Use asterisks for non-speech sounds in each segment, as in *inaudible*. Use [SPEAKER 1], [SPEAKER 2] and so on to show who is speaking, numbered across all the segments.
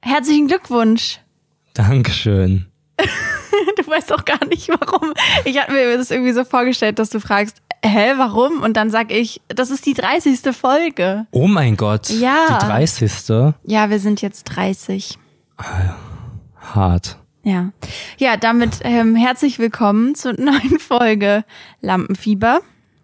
[SPEAKER 1] herzlichen Glückwunsch.
[SPEAKER 2] Dankeschön.
[SPEAKER 1] *laughs* Du weißt auch gar nicht, warum. Ich habe mir das irgendwie so vorgestellt, dass du fragst, hä, warum? Und dann sag ich, das ist die 30. Folge.
[SPEAKER 2] Oh mein Gott.
[SPEAKER 1] Ja.
[SPEAKER 2] Die 30.
[SPEAKER 1] Ja, wir sind jetzt 30.
[SPEAKER 2] Hart.
[SPEAKER 1] Ja. Ja, damit ähm, herzlich willkommen zur *laughs* neuen Folge Lampenfieber.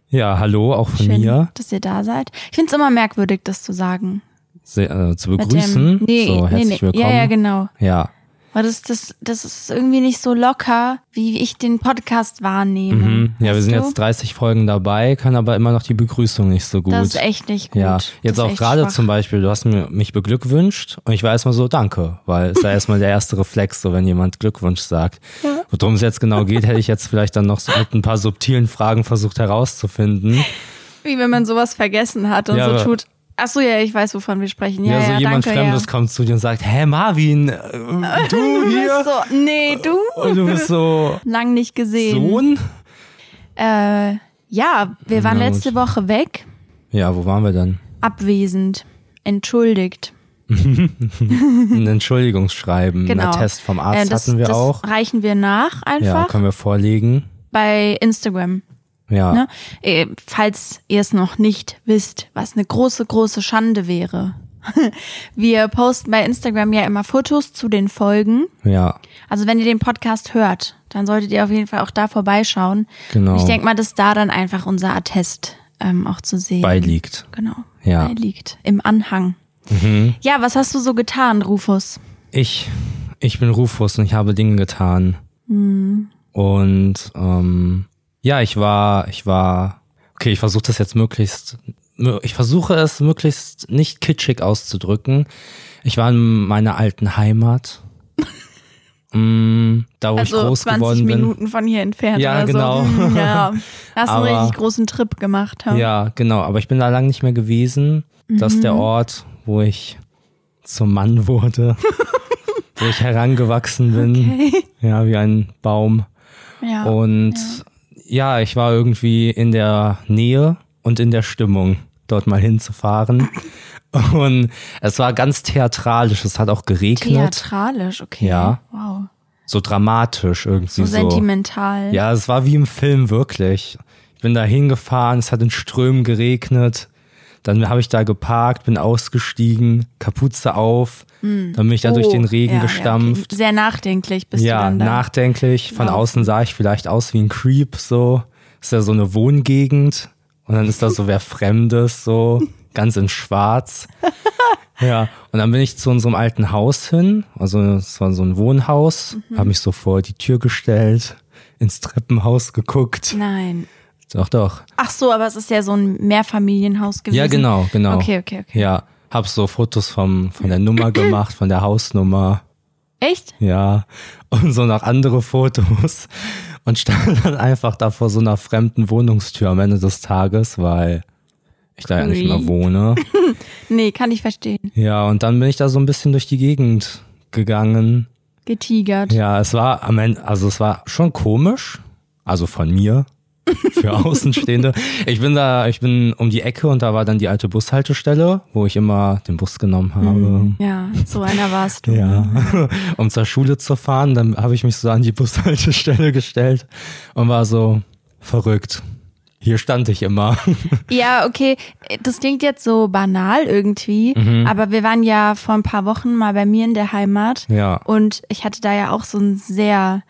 [SPEAKER 2] Ja, hallo, auch von mir.
[SPEAKER 1] dass ihr da seid. Ich finde es immer merkwürdig, das zu sagen.
[SPEAKER 2] Sehr, äh, zu
[SPEAKER 1] Mit
[SPEAKER 2] begrüßen.
[SPEAKER 1] dem- nee,
[SPEAKER 2] so, herzlich
[SPEAKER 1] nee, nee.
[SPEAKER 2] willkommen.
[SPEAKER 1] Ja, ja, genau.
[SPEAKER 2] Ja.
[SPEAKER 1] Weil das, das, das ist irgendwie nicht so locker, wie ich den Podcast wahrnehme.
[SPEAKER 2] Mhm. Ja, wir
[SPEAKER 1] Weißt
[SPEAKER 2] sind
[SPEAKER 1] du?
[SPEAKER 2] jetzt 30 Folgen dabei, kann aber immer noch die Begrüßung nicht so gut.
[SPEAKER 1] Das ist echt nicht gut.
[SPEAKER 2] Ja,
[SPEAKER 1] Das ist
[SPEAKER 2] jetzt auch
[SPEAKER 1] echt
[SPEAKER 2] gerade
[SPEAKER 1] schwach.
[SPEAKER 2] zum Beispiel, du hast mir, mich beglückwünscht und ich war erstmal so, danke,
[SPEAKER 1] *laughs*
[SPEAKER 2] weil es war erstmal der erste Reflex, so wenn jemand Glückwunsch sagt. Worum es jetzt genau geht, hätte ich jetzt vielleicht dann noch so mit ein paar subtilen Fragen versucht herauszufinden.
[SPEAKER 1] Wie wenn man sowas vergessen hat und
[SPEAKER 2] Ja, aber-
[SPEAKER 1] so tut. Ach so, ja, ich weiß, wovon wir sprechen. Ja,
[SPEAKER 2] Ja,
[SPEAKER 1] ja,
[SPEAKER 2] so jemand
[SPEAKER 1] danke,
[SPEAKER 2] Fremdes kommt zu dir und sagt, hä
[SPEAKER 1] *laughs*
[SPEAKER 2] Marvin, äh, du
[SPEAKER 1] ja.
[SPEAKER 2] hier?
[SPEAKER 1] So, nee, du?
[SPEAKER 2] Und du bist so,
[SPEAKER 1] Lang nicht gesehen.
[SPEAKER 2] Sohn?
[SPEAKER 1] Äh, ja, wir waren
[SPEAKER 2] Na gut.
[SPEAKER 1] letzte Woche weg,
[SPEAKER 2] Ja, wo waren wir dann?
[SPEAKER 1] abwesend, entschuldigt.
[SPEAKER 2] Ein Entschuldigungsschreiben,
[SPEAKER 1] Genau.
[SPEAKER 2] ein Test vom Arzt
[SPEAKER 1] äh, das,
[SPEAKER 2] hatten wir
[SPEAKER 1] das
[SPEAKER 2] auch.
[SPEAKER 1] reichen wir nach
[SPEAKER 2] Ja,
[SPEAKER 1] einfach
[SPEAKER 2] können wir vorlegen.
[SPEAKER 1] bei Instagram.
[SPEAKER 2] Ja,
[SPEAKER 1] Ne? Äh, Falls ihr es noch nicht wisst, was eine große, große Schande wäre. *laughs* Wir posten bei Instagram ja immer Fotos zu den Folgen.
[SPEAKER 2] ja,
[SPEAKER 1] Also wenn ihr den Podcast hört, dann solltet ihr auf jeden Fall auch da vorbeischauen.
[SPEAKER 2] Genau.
[SPEAKER 1] Ich denke mal, dass da dann einfach unser Attest ähm, auch zu sehen.
[SPEAKER 2] beiliegt.
[SPEAKER 1] Genau.
[SPEAKER 2] Ja. Mhm.
[SPEAKER 1] Beiliegt. Im Anhang. Ja, was hast du so getan, Rufus?
[SPEAKER 2] Ich, ich bin Rufus und ich habe Dinge getan.
[SPEAKER 1] Mhm.
[SPEAKER 2] Und ähm, ja, ich war, ich war, okay, ich versuche das jetzt möglichst, ich versuche es möglichst nicht kitschig auszudrücken. Ich war in meiner
[SPEAKER 1] *laughs*
[SPEAKER 2] alten Heimat. Mm, da, wo ich
[SPEAKER 1] Also
[SPEAKER 2] groß
[SPEAKER 1] 20
[SPEAKER 2] geworden bin.
[SPEAKER 1] Minuten von hier entfernt.
[SPEAKER 2] Ja,
[SPEAKER 1] oder
[SPEAKER 2] genau.
[SPEAKER 1] So. Hm, *laughs* ja. Hast
[SPEAKER 2] Aber-
[SPEAKER 1] einen richtig großen Trip gemacht. Ja.
[SPEAKER 2] Ja, genau, aber ich bin da lang nicht mehr gewesen. Das
[SPEAKER 1] Mhm.
[SPEAKER 2] ist der Ort, wo ich zum
[SPEAKER 1] *laughs*
[SPEAKER 2] Mann wurde, wo ich herangewachsen bin. Ja, wie ein Baum.
[SPEAKER 1] *laughs* ja.
[SPEAKER 2] Und ja. ich war irgendwie in der Nähe und in der Stimmung, dort mal hinzufahren. *laughs* Und es war ganz theatralisch, es hat auch geregnet,
[SPEAKER 1] Theatralisch, okay.
[SPEAKER 2] Ja.
[SPEAKER 1] Wow.
[SPEAKER 2] so dramatisch irgendwie
[SPEAKER 1] So,
[SPEAKER 2] so.
[SPEAKER 1] sentimental.
[SPEAKER 2] Ja, es war wie im Film wirklich. Ich bin da hingefahren, es hat in Strömen geregnet. Dann habe ich da geparkt, bin ausgestiegen, Kapuze auf, dann bin ich da durch
[SPEAKER 1] Oh,
[SPEAKER 2] den Regen
[SPEAKER 1] ja, Ja,
[SPEAKER 2] gestampft.
[SPEAKER 1] okay. Sehr nachdenklich bist du
[SPEAKER 2] Ja,
[SPEAKER 1] dann da.
[SPEAKER 2] nachdenklich. Von
[SPEAKER 1] Wow.
[SPEAKER 2] außen sah ich vielleicht aus wie ein Creep, so. Ist ja so eine Wohngegend. Und dann ist da so wer
[SPEAKER 1] *laughs*
[SPEAKER 2] Fremdes, so. Ganz in schwarz. Ja. Und dann bin ich zu unserem alten Haus hin. Also, es war so ein Wohnhaus.
[SPEAKER 1] Mhm.
[SPEAKER 2] Habe mich so vor die Tür gestellt, ins Treppenhaus geguckt.
[SPEAKER 1] Nein.
[SPEAKER 2] Doch, doch.
[SPEAKER 1] Ach so, aber es ist ja so ein Mehrfamilienhaus gewesen.
[SPEAKER 2] Ja, genau, genau.
[SPEAKER 1] Okay, okay, okay.
[SPEAKER 2] Ja. Hab so Fotos vom, von
[SPEAKER 1] *clears throat*
[SPEAKER 2] der Nummer gemacht, von der Hausnummer.
[SPEAKER 1] Echt?
[SPEAKER 2] Ja, und so noch andere Fotos und stand dann einfach da vor so einer fremden Wohnungstür am Ende des Tages, weil ich da ja nicht mehr
[SPEAKER 1] Creep.
[SPEAKER 2] wohne.
[SPEAKER 1] Nee, kann ich verstehen.
[SPEAKER 2] Ja, und dann bin ich da so ein bisschen durch die Gegend gegangen.
[SPEAKER 1] Getigert.
[SPEAKER 2] Ja, es war am Ende, also es war schon komisch, also von mir für Außenstehende. Ich bin da, ich bin um die Ecke und da war dann die alte Bushaltestelle, wo ich immer den Bus genommen habe.
[SPEAKER 1] Ja, so einer warst du.
[SPEAKER 2] Ja, *laughs* um zur Schule zu fahren. Dann habe ich mich so an die Bushaltestelle gestellt und war so verrückt. Hier stand ich immer. *laughs*
[SPEAKER 1] Ja, okay. Das klingt jetzt so banal irgendwie,
[SPEAKER 2] Mhm.
[SPEAKER 1] aber wir waren ja vor ein paar Wochen mal bei mir in der Heimat.
[SPEAKER 2] Ja.
[SPEAKER 1] Und ich hatte da ja auch so einen sehr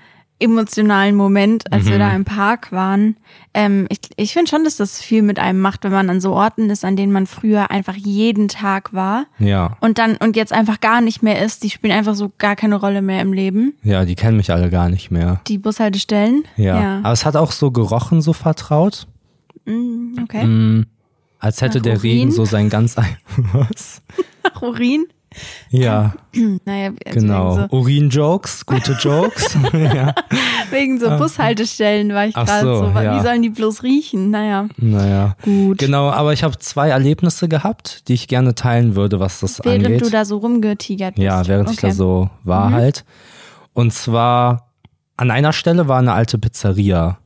[SPEAKER 1] emotionalen Moment, als wir
[SPEAKER 2] Mhm.
[SPEAKER 1] da im Park waren. Ähm, ich ich finde schon, dass das viel mit einem macht, wenn man an so Orten ist, an denen man früher einfach jeden Tag war
[SPEAKER 2] Ja,
[SPEAKER 1] und dann und jetzt einfach gar nicht mehr ist. Die spielen einfach so gar keine Rolle mehr im Leben.
[SPEAKER 2] ja, die kennen mich alle gar nicht mehr.
[SPEAKER 1] Die Bushaltestellen.
[SPEAKER 2] Ja. Ah. aber es hat auch so gerochen, so vertraut,
[SPEAKER 1] Mm, Okay.
[SPEAKER 2] Mm. als hätte
[SPEAKER 1] Nach
[SPEAKER 2] der
[SPEAKER 1] Urin?
[SPEAKER 2] Regen so sein ganz *laughs* ein was.
[SPEAKER 1] Nach *laughs* Urin.
[SPEAKER 2] Ja,
[SPEAKER 1] Naja, also
[SPEAKER 2] genau.
[SPEAKER 1] wegen so, *laughs*
[SPEAKER 2] Urin-Jokes, gute Jokes. ja.
[SPEAKER 1] wegen so Bushaltestellen war ich
[SPEAKER 2] Ah. Ach
[SPEAKER 1] gerade
[SPEAKER 2] so,
[SPEAKER 1] so. wa-
[SPEAKER 2] ja.
[SPEAKER 1] Wie sollen die bloß riechen? Naja.
[SPEAKER 2] Naja,
[SPEAKER 1] Gut.
[SPEAKER 2] genau. Aber ich habe zwei Erlebnisse gehabt, die ich gerne teilen würde, was Genau, das
[SPEAKER 1] Während
[SPEAKER 2] angeht.
[SPEAKER 1] du da so rumgetigert bist.
[SPEAKER 2] Ja, während
[SPEAKER 1] okay. Mhm.
[SPEAKER 2] ich da so war halt. Und zwar an einer Stelle war eine alte Pizzeria.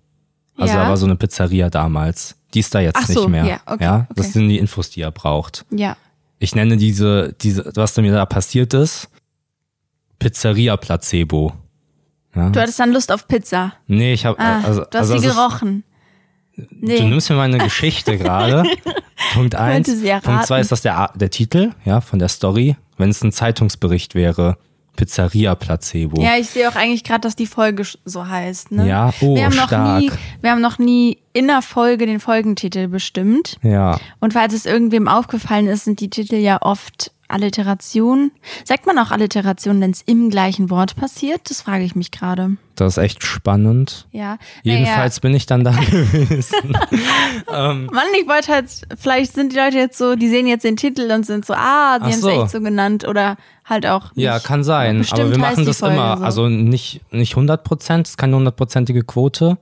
[SPEAKER 2] Also
[SPEAKER 1] Ja.
[SPEAKER 2] da war so eine Pizzeria damals. Die ist da jetzt
[SPEAKER 1] Ach
[SPEAKER 2] nicht
[SPEAKER 1] so,
[SPEAKER 2] mehr.
[SPEAKER 1] ja, okay,
[SPEAKER 2] Das
[SPEAKER 1] okay.
[SPEAKER 2] sind die Infos, die ihr braucht.
[SPEAKER 1] Ja.
[SPEAKER 2] Ich nenne diese, diese, was da mir da passiert ist, Pizzeria Placebo. Ja?
[SPEAKER 1] Du hattest dann Lust auf Pizza.
[SPEAKER 2] Nee, ich habe
[SPEAKER 1] Ah,
[SPEAKER 2] also,
[SPEAKER 1] du hast
[SPEAKER 2] also,
[SPEAKER 1] sie
[SPEAKER 2] das ist-
[SPEAKER 1] gerochen. Nee.
[SPEAKER 2] Du nimmst mir
[SPEAKER 1] *laughs*
[SPEAKER 2] meine Geschichte gerade. Punkt eins.
[SPEAKER 1] sie erraten.
[SPEAKER 2] Punkt zwei ist das der, A- der Titel, ja, von der Story. Wenn es ein Zeitungsbericht wäre, Pizzeria Placebo.
[SPEAKER 1] ja, ich sehe auch eigentlich gerade, dass die Folge sch- so heißt. Ne?
[SPEAKER 2] Ja, oh,
[SPEAKER 1] wir haben noch
[SPEAKER 2] stark.
[SPEAKER 1] nie, wir haben noch nie in der Folge den Folgentitel bestimmt.
[SPEAKER 2] ja.
[SPEAKER 1] Und falls es irgendwem aufgefallen ist, sind die Titel ja oft Alliteration. Sagt man auch Alliteration, wenn es im gleichen Wort passiert? Das frage ich mich gerade.
[SPEAKER 2] Das ist echt spannend.
[SPEAKER 1] Ja.
[SPEAKER 2] Jedenfalls bin
[SPEAKER 1] *laughs*
[SPEAKER 2] ich dann da gewesen.
[SPEAKER 1] Naja, Mann, ich wollte halt, vielleicht sind die Leute jetzt so, die sehen jetzt den Titel und sind so, ah, sie
[SPEAKER 2] Ach
[SPEAKER 1] haben es
[SPEAKER 2] so.
[SPEAKER 1] echt so genannt oder halt auch.
[SPEAKER 2] Ja,
[SPEAKER 1] nicht.
[SPEAKER 2] kann sein.
[SPEAKER 1] Bestimmt
[SPEAKER 2] aber wir
[SPEAKER 1] heißt
[SPEAKER 2] machen
[SPEAKER 1] die
[SPEAKER 2] das
[SPEAKER 1] Folge
[SPEAKER 2] immer.
[SPEAKER 1] so.
[SPEAKER 2] Also nicht, nicht 100 Prozent, ist keine hundertprozentige Quote.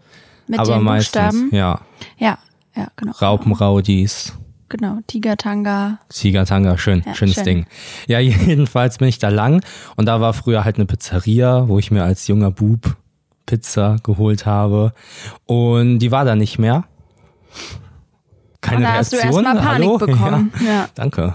[SPEAKER 1] Mit
[SPEAKER 2] aber
[SPEAKER 1] den
[SPEAKER 2] meistens,
[SPEAKER 1] Buchstaben.
[SPEAKER 2] ja.
[SPEAKER 1] Ja, ja, genau.
[SPEAKER 2] Raupenraudis.
[SPEAKER 1] Genau, Tiger Tanga.
[SPEAKER 2] Tigatanga, schön, schönes
[SPEAKER 1] schön.
[SPEAKER 2] Ding. Ja, *laughs* jedenfalls bin ich da lang und da war früher halt eine Pizzeria, wo ich mir als junger Bub Pizza geholt habe und die war da nicht mehr. Keine
[SPEAKER 1] Und da hast du
[SPEAKER 2] Reaktion.
[SPEAKER 1] erstmal Panik
[SPEAKER 2] Hallo?
[SPEAKER 1] bekommen.
[SPEAKER 2] *laughs* Ja.
[SPEAKER 1] Ja.
[SPEAKER 2] Danke.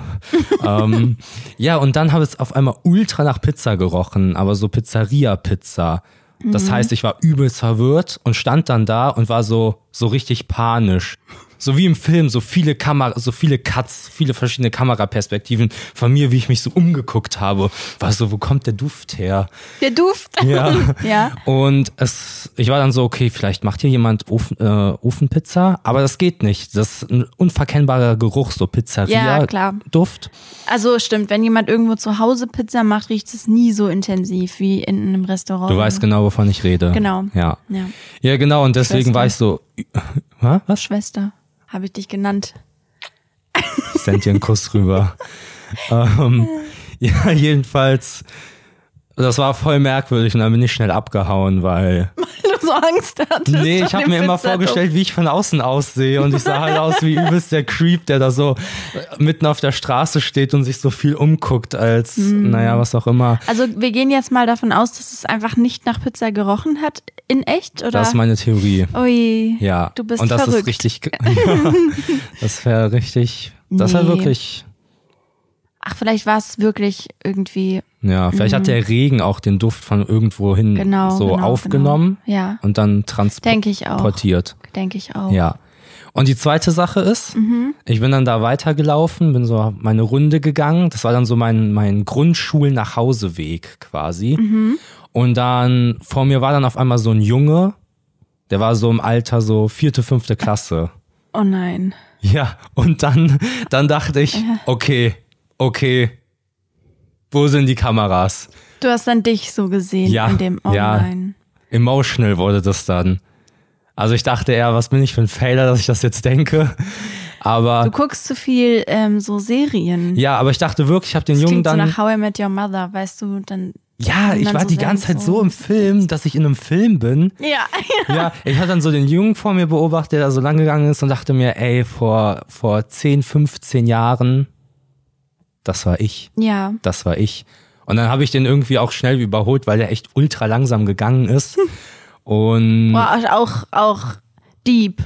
[SPEAKER 2] ähm, ja, und dann habe es auf einmal ultra nach Pizza gerochen, aber so Pizzeria-Pizza. Das
[SPEAKER 1] Mhm.
[SPEAKER 2] heißt, ich war übelst verwirrt und stand dann da und war so, so richtig panisch. So wie im Film, so viele Kamera, so viele Cuts, viele verschiedene Kameraperspektiven von mir, wie ich mich so umgeguckt habe. War so, wo kommt der Duft her?
[SPEAKER 1] Der Duft.
[SPEAKER 2] Ja.
[SPEAKER 1] *laughs* ja.
[SPEAKER 2] Und es, ich war dann so, okay, vielleicht macht hier jemand Ofen, äh, Ofenpizza, aber das geht nicht. Das ist ein unverkennbarer Geruch, so
[SPEAKER 1] Ja, klar.
[SPEAKER 2] Pizzeria-Duft.
[SPEAKER 1] Also stimmt, wenn jemand irgendwo zu Hause Pizza macht, riecht es nie so intensiv wie in einem Restaurant.
[SPEAKER 2] du weißt genau, wovon ich rede.
[SPEAKER 1] Genau.
[SPEAKER 2] Ja.
[SPEAKER 1] Ja.
[SPEAKER 2] Ja, genau, und deswegen
[SPEAKER 1] Schwester.
[SPEAKER 2] war ich so, Hä? was?
[SPEAKER 1] Schwester, habe ich dich genannt. *laughs*
[SPEAKER 2] Ich send dir einen Kuss rüber. ähm, ja, jedenfalls, das war voll merkwürdig und dann bin ich schnell abgehauen, weil
[SPEAKER 1] Weil du so Angst hattest.
[SPEAKER 2] Nee,
[SPEAKER 1] vor
[SPEAKER 2] ich habe
[SPEAKER 1] dem
[SPEAKER 2] mir immer
[SPEAKER 1] Pizzaduft.
[SPEAKER 2] vorgestellt, wie ich von außen aussehe und ich sah halt aus wie übelst der Creep, der da so äh, mitten auf der Straße steht und sich so viel umguckt als,
[SPEAKER 1] Mhm.
[SPEAKER 2] naja, was auch immer.
[SPEAKER 1] Also wir gehen jetzt mal davon aus, dass es einfach nicht nach Pizza gerochen hat in echt, oder?
[SPEAKER 2] Das ist meine Theorie.
[SPEAKER 1] Ui.
[SPEAKER 2] Ja.
[SPEAKER 1] Du bist
[SPEAKER 2] Und das
[SPEAKER 1] verrückt.
[SPEAKER 2] ist
[SPEAKER 1] *laughs*
[SPEAKER 2] richtig. ge- *laughs* Ja, das wäre richtig. Das war
[SPEAKER 1] Nee.
[SPEAKER 2] wirklich.
[SPEAKER 1] Ach, vielleicht war es wirklich irgendwie
[SPEAKER 2] Ja, vielleicht hat der Regen auch den Duft von irgendwohin
[SPEAKER 1] Mhm. genau
[SPEAKER 2] so
[SPEAKER 1] genau,
[SPEAKER 2] aufgenommen
[SPEAKER 1] Genau. Ja,
[SPEAKER 2] und dann
[SPEAKER 1] denke ich auch.
[SPEAKER 2] transportiert.
[SPEAKER 1] Denke ich auch.
[SPEAKER 2] Ja. Und die zweite Sache ist, ich bin dann da weitergelaufen, bin so meine Runde gegangen. Das war dann so mein, mein Grundschul-Nachhauseweg quasi. Und dann vor mir war dann auf einmal so ein Junge, der war so im Alter so vierte, fünfte Klasse.
[SPEAKER 1] Oh nein.
[SPEAKER 2] Ja, und dann, dann dachte ich, okay, okay, wo sind die Kameras?
[SPEAKER 1] Du hast dann dich so gesehen
[SPEAKER 2] Ja,
[SPEAKER 1] in dem Oh
[SPEAKER 2] ja.
[SPEAKER 1] nein.
[SPEAKER 2] Emotional wurde das dann. Also ich dachte eher, was bin ich für ein Failer, dass ich das jetzt denke. Aber
[SPEAKER 1] Du guckst zu viel ähm, so Serien.
[SPEAKER 2] Ja, aber ich dachte wirklich, ich habe den
[SPEAKER 1] Das
[SPEAKER 2] Jungen
[SPEAKER 1] klingt so
[SPEAKER 2] dann.
[SPEAKER 1] nach How I Met Your Mother, weißt du, dann.
[SPEAKER 2] ja,
[SPEAKER 1] und
[SPEAKER 2] ich
[SPEAKER 1] dann
[SPEAKER 2] war
[SPEAKER 1] so
[SPEAKER 2] die
[SPEAKER 1] sagen,
[SPEAKER 2] ganze Zeit
[SPEAKER 1] so.
[SPEAKER 2] so im Film, dass ich in einem
[SPEAKER 1] *laughs*
[SPEAKER 2] Film bin.
[SPEAKER 1] Ja.
[SPEAKER 2] Ja, ich hatte dann so den Jungen vor mir beobachtet, der da so lang gegangen ist und dachte mir, ey, vor, vor 10, 15 Jahren, das war ich,
[SPEAKER 1] Ja.
[SPEAKER 2] das war ich. Und dann habe ich den irgendwie auch schnell überholt, weil der echt ultra langsam gegangen
[SPEAKER 1] *laughs*
[SPEAKER 2] ist. Und
[SPEAKER 1] Boah, auch, auch deep,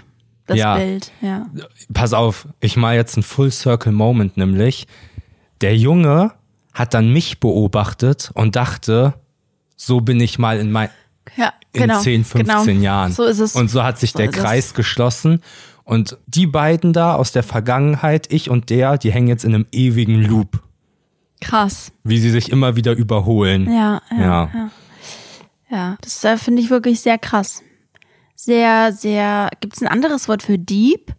[SPEAKER 1] das
[SPEAKER 2] Hm. Ja.
[SPEAKER 1] Bild. Ja.
[SPEAKER 2] pass auf, ich mal jetzt einen Full Circle Moment, nämlich der Junge hat dann mich beobachtet und dachte, so bin ich mal in mein
[SPEAKER 1] ja
[SPEAKER 2] in
[SPEAKER 1] genau.
[SPEAKER 2] 10, 15
[SPEAKER 1] genau.
[SPEAKER 2] Jahren.
[SPEAKER 1] So ist es.
[SPEAKER 2] Und so hat sich
[SPEAKER 1] So
[SPEAKER 2] der
[SPEAKER 1] ist es.
[SPEAKER 2] Kreis geschlossen. Und die beiden da aus der Vergangenheit, ich und der, die hängen jetzt in einem ewigen Loop,
[SPEAKER 1] Krass.
[SPEAKER 2] wie sie sich immer wieder überholen.
[SPEAKER 1] Ja, ja. Ja.
[SPEAKER 2] Ja.
[SPEAKER 1] ja. Das äh, finde ich wirklich sehr krass. Sehr, sehr. Gibt es ein anderes Wort für deep?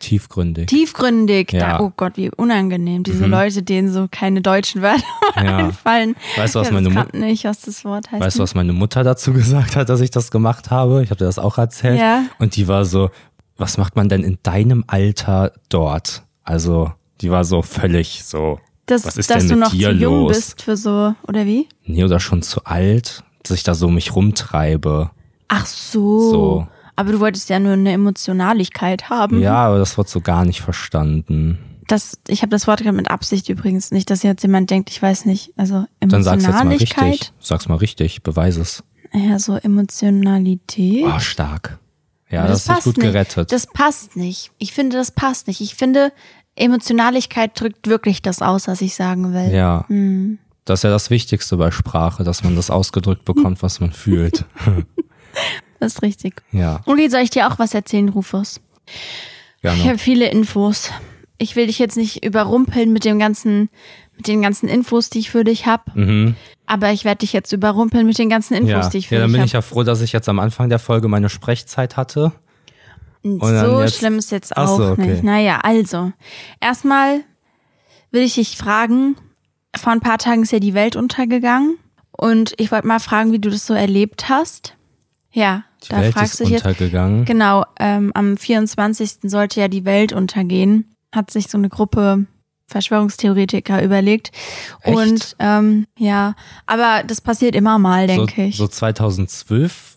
[SPEAKER 2] Tiefgründig.
[SPEAKER 1] Tiefgründig.
[SPEAKER 2] Ja. Mhm.
[SPEAKER 1] Da, oh Gott, wie unangenehm. Diese Leute, denen so keine deutschen Wörter *laughs*
[SPEAKER 2] Ja.
[SPEAKER 1] einfallen.
[SPEAKER 2] Weißt du, was
[SPEAKER 1] ich weiß
[SPEAKER 2] meine
[SPEAKER 1] grad nicht, was das Wort heißt.
[SPEAKER 2] Weißt du, was meine Mutter dazu *laughs* gesagt hat, dass ich das gemacht habe? Ich habe dir das auch erzählt.
[SPEAKER 1] Ja.
[SPEAKER 2] Und die war so, was macht man denn in deinem Alter dort? Also, die war so völlig so,
[SPEAKER 1] das,
[SPEAKER 2] was ist
[SPEAKER 1] dass
[SPEAKER 2] denn
[SPEAKER 1] du
[SPEAKER 2] mit
[SPEAKER 1] noch
[SPEAKER 2] dir
[SPEAKER 1] zu jung
[SPEAKER 2] los?
[SPEAKER 1] bist für so, oder wie?
[SPEAKER 2] nee, oder schon zu alt, dass ich da so mich rumtreibe.
[SPEAKER 1] Ach so.
[SPEAKER 2] So.
[SPEAKER 1] Aber du wolltest ja nur eine Emotionaligkeit haben.
[SPEAKER 2] Ja, aber das wird so gar nicht verstanden.
[SPEAKER 1] Das, ich habe das Wort gerade mit Absicht übrigens nicht, dass jetzt jemand denkt, ich weiß nicht, also
[SPEAKER 2] Dann sag's jetzt mal
[SPEAKER 1] Emotionaligkeit.
[SPEAKER 2] richtig. Sag's mal richtig, beweis es.
[SPEAKER 1] Ja, so Emotionalität.
[SPEAKER 2] Ah, stark. Ja, das, ist gut gerettet.
[SPEAKER 1] Das passt nicht. Ich finde, das passt nicht. Ich finde, Emotionaligkeit drückt wirklich das aus, was ich sagen will. Hm,
[SPEAKER 2] ja. Das ist ja das Wichtigste bei Sprache, dass man das ausgedrückt bekommt, was
[SPEAKER 1] *laughs*
[SPEAKER 2] man fühlt.
[SPEAKER 1] Das ist richtig.
[SPEAKER 2] Ja, genau.
[SPEAKER 1] Okay, soll ich dir auch was erzählen, Rufus? Ich
[SPEAKER 2] gerne.
[SPEAKER 1] habe viele Infos. Ich will dich jetzt nicht überrumpeln mit dem ganzen, mit den ganzen Infos, die ich für dich habe.
[SPEAKER 2] Mhm.
[SPEAKER 1] Aber ich werde dich jetzt überrumpeln mit den ganzen Infos,
[SPEAKER 2] Ja.
[SPEAKER 1] die ich für
[SPEAKER 2] ja, dann
[SPEAKER 1] dich
[SPEAKER 2] bin
[SPEAKER 1] habe.
[SPEAKER 2] ich ja froh, dass ich jetzt am Anfang der Folge meine Sprechzeit hatte. Und dann
[SPEAKER 1] so
[SPEAKER 2] jetzt-
[SPEAKER 1] schlimm ist jetzt
[SPEAKER 2] Ach
[SPEAKER 1] auch
[SPEAKER 2] so, okay.
[SPEAKER 1] nicht. Naja, also. Erstmal will ich dich fragen, vor ein paar Tagen ist ja die Welt untergegangen. Und ich wollte mal fragen, wie du das so erlebt hast. Ja,
[SPEAKER 2] Die
[SPEAKER 1] da
[SPEAKER 2] Welt
[SPEAKER 1] fragst
[SPEAKER 2] ist
[SPEAKER 1] du dich jetzt.
[SPEAKER 2] untergegangen.
[SPEAKER 1] Genau, ähm, am 24. sollte ja die Welt untergehen, hat sich so eine Gruppe Verschwörungstheoretiker überlegt.
[SPEAKER 2] Echt?
[SPEAKER 1] Und ähm, ja, aber das passiert immer mal, denke
[SPEAKER 2] so,
[SPEAKER 1] ich.
[SPEAKER 2] So 2012?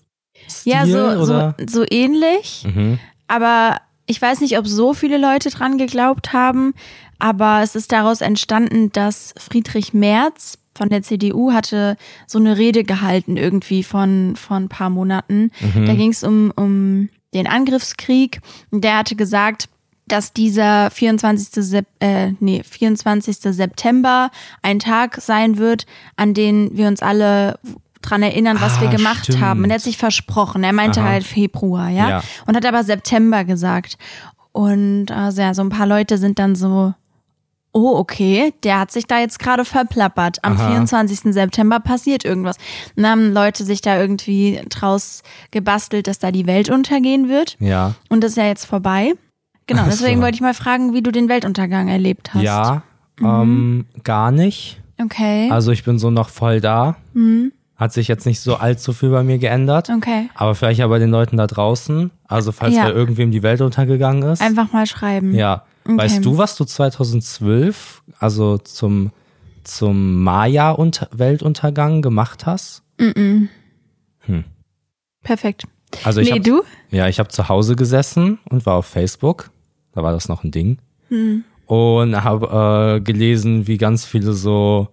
[SPEAKER 2] Stil,
[SPEAKER 1] ja, so, so,
[SPEAKER 2] oder?
[SPEAKER 1] so ähnlich,
[SPEAKER 2] Mhm.
[SPEAKER 1] aber ich weiß nicht, ob so viele Leute dran geglaubt haben, aber es ist daraus entstanden, dass Friedrich Merz von der CDU hatte so eine Rede gehalten irgendwie von, von ein paar Monaten.
[SPEAKER 2] Mhm.
[SPEAKER 1] Da ging es um, um den Angriffskrieg. Und Der hatte gesagt, dass dieser 24. Sep äh, nee, 24. September ein Tag sein wird, an den wir uns alle dran erinnern, was
[SPEAKER 2] Ah,
[SPEAKER 1] wir gemacht
[SPEAKER 2] stimmt.
[SPEAKER 1] haben. Und er hat sich versprochen. Er meinte
[SPEAKER 2] Aha.
[SPEAKER 1] halt Februar, ja?
[SPEAKER 2] Ja.
[SPEAKER 1] Und hat aber September gesagt. Und also ja, so ein paar Leute sind dann so, oh, okay, der hat sich da jetzt gerade verplappert. Am
[SPEAKER 2] Aha.
[SPEAKER 1] 24. September passiert irgendwas. Und dann haben Leute sich da irgendwie draus gebastelt, dass da die Welt untergehen wird.
[SPEAKER 2] Ja.
[SPEAKER 1] Und das ist ja jetzt vorbei. Genau,
[SPEAKER 2] Ach so.
[SPEAKER 1] deswegen wollte ich mal fragen, wie du den Weltuntergang erlebt hast.
[SPEAKER 2] Ja,
[SPEAKER 1] Mhm.
[SPEAKER 2] ähm, gar nicht.
[SPEAKER 1] Okay.
[SPEAKER 2] Also ich bin so noch voll da.
[SPEAKER 1] Mhm.
[SPEAKER 2] Hat sich jetzt nicht so allzu viel bei mir geändert.
[SPEAKER 1] okay.
[SPEAKER 2] Aber vielleicht ja bei den Leuten da draußen. Also falls
[SPEAKER 1] Ja.
[SPEAKER 2] da irgendwem die Welt untergegangen ist.
[SPEAKER 1] Einfach mal schreiben.
[SPEAKER 2] Ja. Weißt du, was du 2012, also zum, zum Maya-Weltuntergang gemacht hast?
[SPEAKER 1] Perfekt.
[SPEAKER 2] Also ich
[SPEAKER 1] Nee,
[SPEAKER 2] hab-
[SPEAKER 1] du?
[SPEAKER 2] Ja, ich habe zu Hause gesessen und war auf Facebook. Da war das noch ein Ding.
[SPEAKER 1] Hm.
[SPEAKER 2] Und habe äh, gelesen, wie ganz viele so,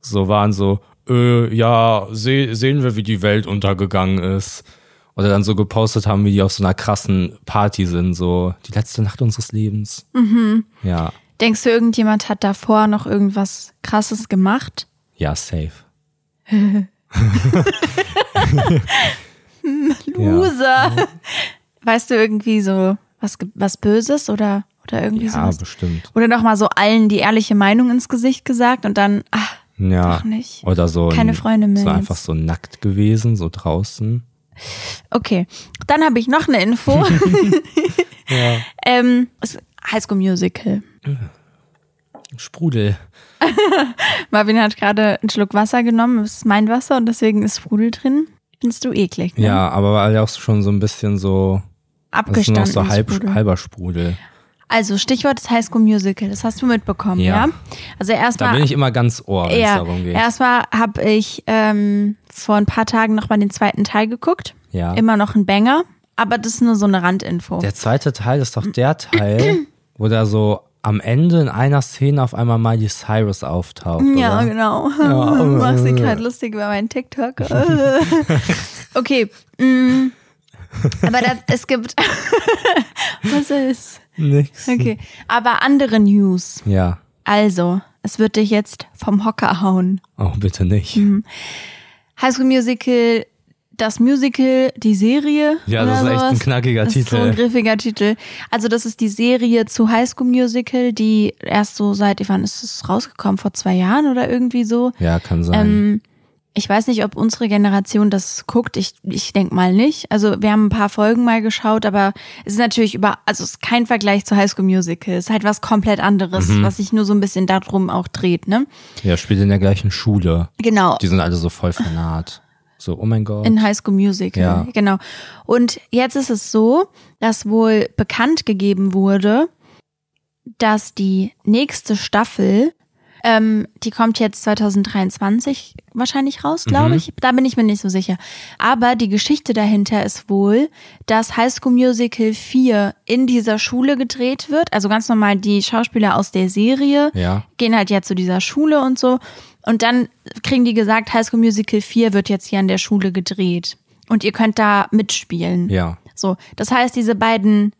[SPEAKER 2] so waren so, äh, ja, seh, sehen wir, wie die Welt untergegangen ist. Oder dann so gepostet haben, wie die auf so einer krassen Party sind, so die letzte Nacht unseres Lebens.
[SPEAKER 1] Mhm.
[SPEAKER 2] Ja,
[SPEAKER 1] Denkst du, irgendjemand hat davor noch irgendwas Krasses gemacht?
[SPEAKER 2] ja, safe. ja. Mhm.
[SPEAKER 1] Loser. Weißt du irgendwie so was, ge- was Böses oder, oder irgendwie
[SPEAKER 2] ja,
[SPEAKER 1] sowas?
[SPEAKER 2] bestimmt.
[SPEAKER 1] Oder noch mal so allen die ehrliche Meinung ins Gesicht gesagt und dann, ach,
[SPEAKER 2] Ja.
[SPEAKER 1] Doch nicht.
[SPEAKER 2] Oder so.
[SPEAKER 1] Keine
[SPEAKER 2] ein-
[SPEAKER 1] Freunde mehr
[SPEAKER 2] So
[SPEAKER 1] jetzt.
[SPEAKER 2] einfach so nackt gewesen, so draußen.
[SPEAKER 1] okay. Dann habe ich noch eine
[SPEAKER 2] *laughs*
[SPEAKER 1] Info. ähm, es- High School Musical.
[SPEAKER 2] Sprudel.
[SPEAKER 1] Marvin hat gerade einen Schluck Wasser genommen, es ist mein Wasser und deswegen ist Sprudel drin. Findest du eklig, ne?
[SPEAKER 2] Ja, aber weil auch schon so ein bisschen so, das ist nur
[SPEAKER 1] Abgestanden.
[SPEAKER 2] noch so halb,
[SPEAKER 1] Sprudel.
[SPEAKER 2] halber Sprudel.
[SPEAKER 1] Also Stichwort ist High School Musical, das hast du mitbekommen, ja?
[SPEAKER 2] Ja.
[SPEAKER 1] Also
[SPEAKER 2] Da
[SPEAKER 1] erstmal
[SPEAKER 2] bin ich immer ganz ohr, wenn es
[SPEAKER 1] Ja,
[SPEAKER 2] darum geht.
[SPEAKER 1] erstmal habe ich ähm, vor ein paar Tagen nochmal den zweiten Teil geguckt.
[SPEAKER 2] Ja.
[SPEAKER 1] Immer noch ein Banger, aber das ist nur so eine Randinfo.
[SPEAKER 2] Der zweite Teil ist doch
[SPEAKER 1] *clears throat*
[SPEAKER 2] der Teil, wo da so am Ende in einer Szene auf einmal Miley Cyrus auftaucht.
[SPEAKER 1] ja,
[SPEAKER 2] oder?
[SPEAKER 1] genau.
[SPEAKER 2] Ja.
[SPEAKER 1] Du *laughs* machst dich gerade lustig über meinen TikTok.
[SPEAKER 2] *laughs*
[SPEAKER 1] okay. mm, aber das, es gibt. *laughs* Was ist?
[SPEAKER 2] Nix.
[SPEAKER 1] Okay. Aber andere News.
[SPEAKER 2] Ja.
[SPEAKER 1] Also, es wird dich jetzt vom Hocker hauen.
[SPEAKER 2] Oh, bitte nicht.
[SPEAKER 1] Mhm. High School Musical, das Musical, die Serie.
[SPEAKER 2] Ja, das
[SPEAKER 1] oder
[SPEAKER 2] ist echt ein
[SPEAKER 1] sowas.
[SPEAKER 2] knackiger
[SPEAKER 1] das Ist so
[SPEAKER 2] Titel.
[SPEAKER 1] ein griffiger Titel. Also das ist die Serie zu High School Musical, die erst so seit, wann ist es rausgekommen? Vor zwei Jahren oder irgendwie so?
[SPEAKER 2] Ja, kann sein.
[SPEAKER 1] Ähm, ich weiß nicht, ob unsere Generation das guckt. Ich, ich denk mal nicht. Also wir haben ein paar Folgen mal geschaut, aber es ist natürlich über, also es ist kein Vergleich zu High School Musical. Es ist halt was komplett anderes, was sich nur so ein bisschen darum auch dreht, ne?
[SPEAKER 2] ja, spielt in der gleichen Schule.
[SPEAKER 1] Genau.
[SPEAKER 2] Die sind alle so voll fanat. So, oh mein Gott.
[SPEAKER 1] In High School Musical,
[SPEAKER 2] Ja.
[SPEAKER 1] genau. Und jetzt ist es so, dass wohl bekannt gegeben wurde, dass die nächste Staffel, ähm, die kommt jetzt 2023 wahrscheinlich raus,
[SPEAKER 2] Mhm.
[SPEAKER 1] glaube ich. Da bin ich mir nicht so sicher. Aber die Geschichte dahinter ist wohl, dass High School Musical 4 in dieser Schule gedreht wird. Also ganz normal die Schauspieler aus der Serie
[SPEAKER 2] ja.
[SPEAKER 1] gehen halt ja zu dieser Schule und so. Und dann kriegen die gesagt, High School Musical 4 wird jetzt hier an der Schule gedreht. Und ihr könnt da mitspielen.
[SPEAKER 2] Ja.
[SPEAKER 1] So, das heißt, diese beiden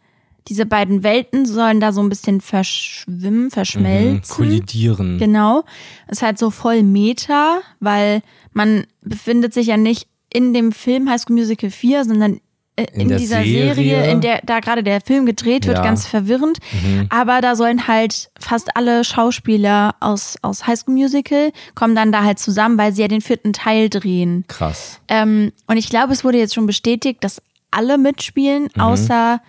[SPEAKER 1] diese beiden Welten sollen da so ein bisschen verschwimmen,
[SPEAKER 2] Mhm.
[SPEAKER 1] verschmelzen.
[SPEAKER 2] Kollidieren.
[SPEAKER 1] Genau. Ist halt so voll Meta, weil man befindet sich ja nicht in dem Film High School Musical 4, sondern äh,
[SPEAKER 2] In
[SPEAKER 1] in,
[SPEAKER 2] der
[SPEAKER 1] dieser Serie,
[SPEAKER 2] Serie.
[SPEAKER 1] in der da gerade der Film gedreht wird,
[SPEAKER 2] Ja. Mhm.
[SPEAKER 1] ganz verwirrend. Aber da sollen halt fast alle Schauspieler aus, aus High School Musical kommen dann da halt zusammen, weil sie ja den vierten Teil drehen.
[SPEAKER 2] Krass.
[SPEAKER 1] Ähm, und ich glaube, es wurde jetzt schon bestätigt, dass alle mitspielen, außer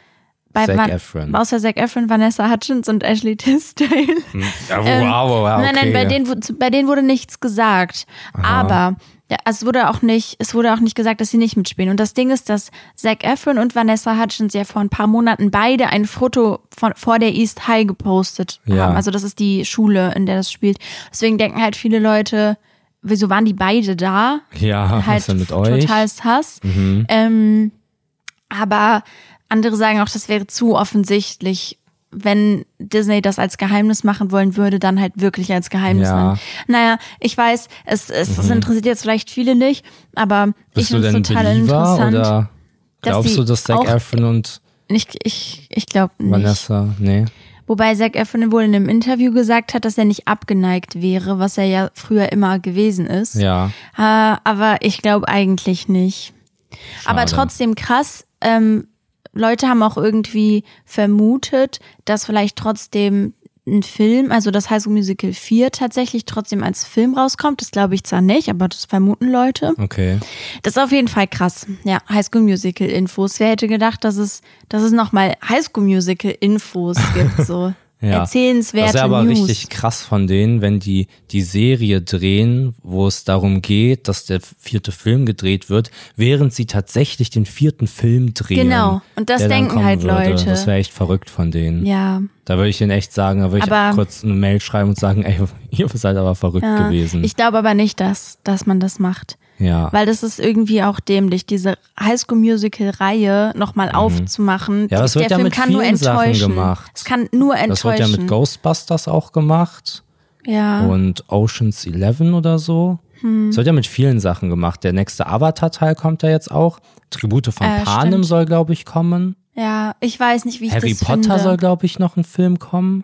[SPEAKER 1] bei
[SPEAKER 2] Mhm. Zac
[SPEAKER 1] Van-
[SPEAKER 2] Efron.
[SPEAKER 1] außer Zac Efron, Vanessa Hutchins und Ashley Tisdale.
[SPEAKER 2] Oh, Ja, wow,
[SPEAKER 1] Ähm,
[SPEAKER 2] wow, wow, okay.
[SPEAKER 1] Nein, nein, bei denen, wu- zu- bei denen wurde nichts gesagt. Aber ja, es wurde auch nicht, es wurde auch nicht gesagt, dass sie nicht mitspielen. Und das Ding ist, dass Zac Efron und Vanessa Hutchins ja vor ein paar Monaten beide ein Foto von, vor der East High gepostet
[SPEAKER 2] Ja.
[SPEAKER 1] haben. Also das ist die Schule, in der das spielt. Deswegen denken halt viele Leute, wieso waren die beide da?
[SPEAKER 2] Ja, was
[SPEAKER 1] halt
[SPEAKER 2] ist denn mit euch? Mhm.
[SPEAKER 1] total Hass. Ähm, aber andere sagen auch, das wäre zu offensichtlich. Wenn Disney das als Geheimnis machen wollen würde, dann halt wirklich als Geheimnis
[SPEAKER 2] Ja. Mhm.
[SPEAKER 1] machen. Naja, ich weiß, es, es das interessiert jetzt vielleicht viele nicht, aber ich
[SPEAKER 2] Bist du
[SPEAKER 1] finde es
[SPEAKER 2] denn
[SPEAKER 1] total
[SPEAKER 2] Believer
[SPEAKER 1] interessant.
[SPEAKER 2] oder glaubst
[SPEAKER 1] die
[SPEAKER 2] du, dass Zac
[SPEAKER 1] auch-
[SPEAKER 2] Efron und
[SPEAKER 1] ich ich, ich glaube nicht.
[SPEAKER 2] Vanessa, nee,
[SPEAKER 1] Wobei Zac Efron wohl in einem Interview gesagt hat, dass er nicht abgeneigt wäre, was er ja früher immer gewesen ist.
[SPEAKER 2] ja,
[SPEAKER 1] Äh, aber ich glaube eigentlich nicht. Aber trotzdem krass, ähm, Leute haben auch irgendwie vermutet, dass vielleicht trotzdem ein Film, also das High School Musical 4 tatsächlich trotzdem als Film rauskommt. Das glaube ich zwar nicht, aber das vermuten Leute.
[SPEAKER 2] okay.
[SPEAKER 1] Das ist auf jeden Fall krass. Ja, High School Musical Infos. Wer hätte gedacht, dass es, dass es nochmal High School Musical Infos gibt,
[SPEAKER 2] *laughs*
[SPEAKER 1] so
[SPEAKER 2] Ja.
[SPEAKER 1] erzählenswerte
[SPEAKER 2] Das ist aber
[SPEAKER 1] News.
[SPEAKER 2] richtig krass von denen, wenn die die Serie drehen, wo es darum geht, dass der vierte Film gedreht wird, während sie tatsächlich den vierten Film drehen.
[SPEAKER 1] Genau. Und das
[SPEAKER 2] der dann
[SPEAKER 1] denken
[SPEAKER 2] kommen
[SPEAKER 1] halt
[SPEAKER 2] würde.
[SPEAKER 1] Leute.
[SPEAKER 2] Das wäre echt verrückt von denen.
[SPEAKER 1] Ja.
[SPEAKER 2] Da würde ich denen echt sagen, da würde ich
[SPEAKER 1] Aber-
[SPEAKER 2] kurz eine Mail schreiben und sagen, ey, *laughs* ihr seid aber verrückt
[SPEAKER 1] ja.
[SPEAKER 2] gewesen.
[SPEAKER 1] Ich glaube aber nicht, dass, dass man das macht.
[SPEAKER 2] ja.
[SPEAKER 1] Weil das ist irgendwie auch dämlich, diese Highschool-Musical-Reihe nochmal aufzumachen.
[SPEAKER 2] Mhm. Ja, das wird
[SPEAKER 1] Der
[SPEAKER 2] ja
[SPEAKER 1] Film
[SPEAKER 2] mit
[SPEAKER 1] kann nur
[SPEAKER 2] vielen Sachen
[SPEAKER 1] enttäuschen.
[SPEAKER 2] gemacht.
[SPEAKER 1] Es kann nur enttäuschen. Ah.
[SPEAKER 2] das wird ja mit Ghostbusters auch gemacht.
[SPEAKER 1] Ja.
[SPEAKER 2] und Oceans 11 oder so.
[SPEAKER 1] Hm.
[SPEAKER 2] Es wird ja mit vielen Sachen gemacht. Der nächste Avatar-Teil kommt ja jetzt auch. Tribute von
[SPEAKER 1] Äh,
[SPEAKER 2] Panem
[SPEAKER 1] stimmt.
[SPEAKER 2] soll, glaube ich, kommen.
[SPEAKER 1] ja, ich weiß nicht, wie ich
[SPEAKER 2] Harry
[SPEAKER 1] das
[SPEAKER 2] Potter
[SPEAKER 1] finde.
[SPEAKER 2] soll, glaube ich, noch ein Film kommen.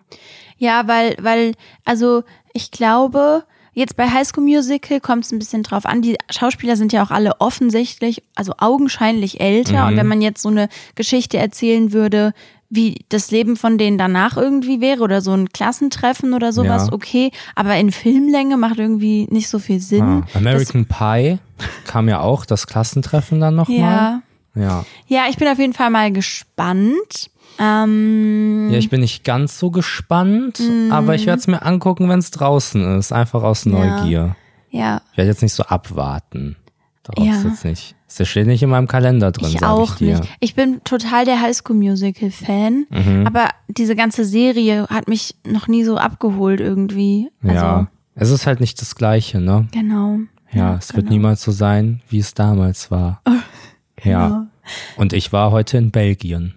[SPEAKER 1] Ja, weil, weil, also ich glaube, jetzt bei High School Musical kommt es ein bisschen drauf an. Die Schauspieler sind ja auch alle offensichtlich, also augenscheinlich älter.
[SPEAKER 2] Mhm.
[SPEAKER 1] Und wenn man jetzt so eine Geschichte erzählen würde, wie das Leben von denen danach irgendwie wäre oder so ein Klassentreffen oder sowas,
[SPEAKER 2] Ja.
[SPEAKER 1] okay. Aber in Filmlänge macht irgendwie nicht so viel Sinn.
[SPEAKER 2] Ah. American Pie kam ja auch, das Klassentreffen dann
[SPEAKER 1] das,
[SPEAKER 2] nochmal.
[SPEAKER 1] ja.
[SPEAKER 2] Ja. Ja.
[SPEAKER 1] ja, ich bin auf jeden Fall mal gespannt. Ähm,
[SPEAKER 2] ja,
[SPEAKER 1] Hm.
[SPEAKER 2] ich bin nicht ganz so gespannt, aber ich werde es mir angucken, wenn es draußen ist. Einfach aus Neugier.
[SPEAKER 1] Ja,
[SPEAKER 2] Ich werde jetzt nicht so abwarten. Darauf
[SPEAKER 1] Ja.
[SPEAKER 2] ist jetzt nicht. Das steht nicht in meinem Kalender drin,
[SPEAKER 1] Ich
[SPEAKER 2] sag
[SPEAKER 1] auch
[SPEAKER 2] ich dir.
[SPEAKER 1] nicht. Ich bin total der Highschool Musical Fan,
[SPEAKER 2] Mhm.
[SPEAKER 1] aber diese ganze Serie hat mich noch nie so abgeholt irgendwie. Also,
[SPEAKER 2] ja. Es ist halt nicht das Gleiche, ne?
[SPEAKER 1] Genau.
[SPEAKER 2] Ja, es wird
[SPEAKER 1] genau. Oh,
[SPEAKER 2] niemals so sein, wie es damals war.
[SPEAKER 1] genau.
[SPEAKER 2] Ja. Und ich war heute in Belgien.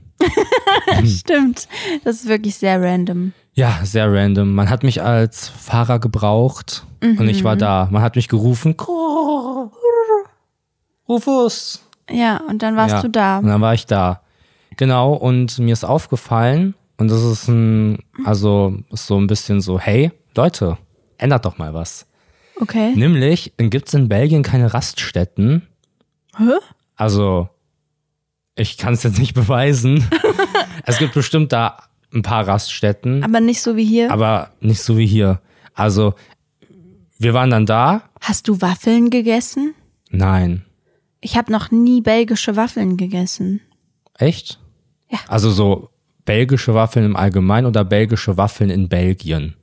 [SPEAKER 1] Stimmt. Das ist wirklich sehr random.
[SPEAKER 2] Ja, sehr random. Man hat mich als Fahrer gebraucht und ich
[SPEAKER 1] Mhm.
[SPEAKER 2] war da. Man hat mich gerufen.
[SPEAKER 1] Oh.
[SPEAKER 2] Rufus.
[SPEAKER 1] Ja, und dann warst
[SPEAKER 2] ja.
[SPEAKER 1] du da.
[SPEAKER 2] Und dann war ich da. Genau, und mir ist aufgefallen, und das ist ein, also ist so ein bisschen so, hey, Leute, ändert doch mal was.
[SPEAKER 1] Okay.
[SPEAKER 2] Nämlich gibt es in Belgien keine Raststätten.
[SPEAKER 1] Hä?
[SPEAKER 2] Also, ich kann es jetzt
[SPEAKER 1] *laughs*
[SPEAKER 2] nicht beweisen. es gibt bestimmt da ein paar Raststätten,
[SPEAKER 1] Aber nicht so wie hier.
[SPEAKER 2] aber nicht so wie hier. Also, wir waren dann da.
[SPEAKER 1] Hast du Waffeln gegessen?
[SPEAKER 2] Nein.
[SPEAKER 1] Ich habe noch nie belgische Waffeln gegessen.
[SPEAKER 2] Echt?
[SPEAKER 1] Ja.
[SPEAKER 2] Also so belgische Waffeln im Allgemeinen oder belgische Waffeln in Belgien?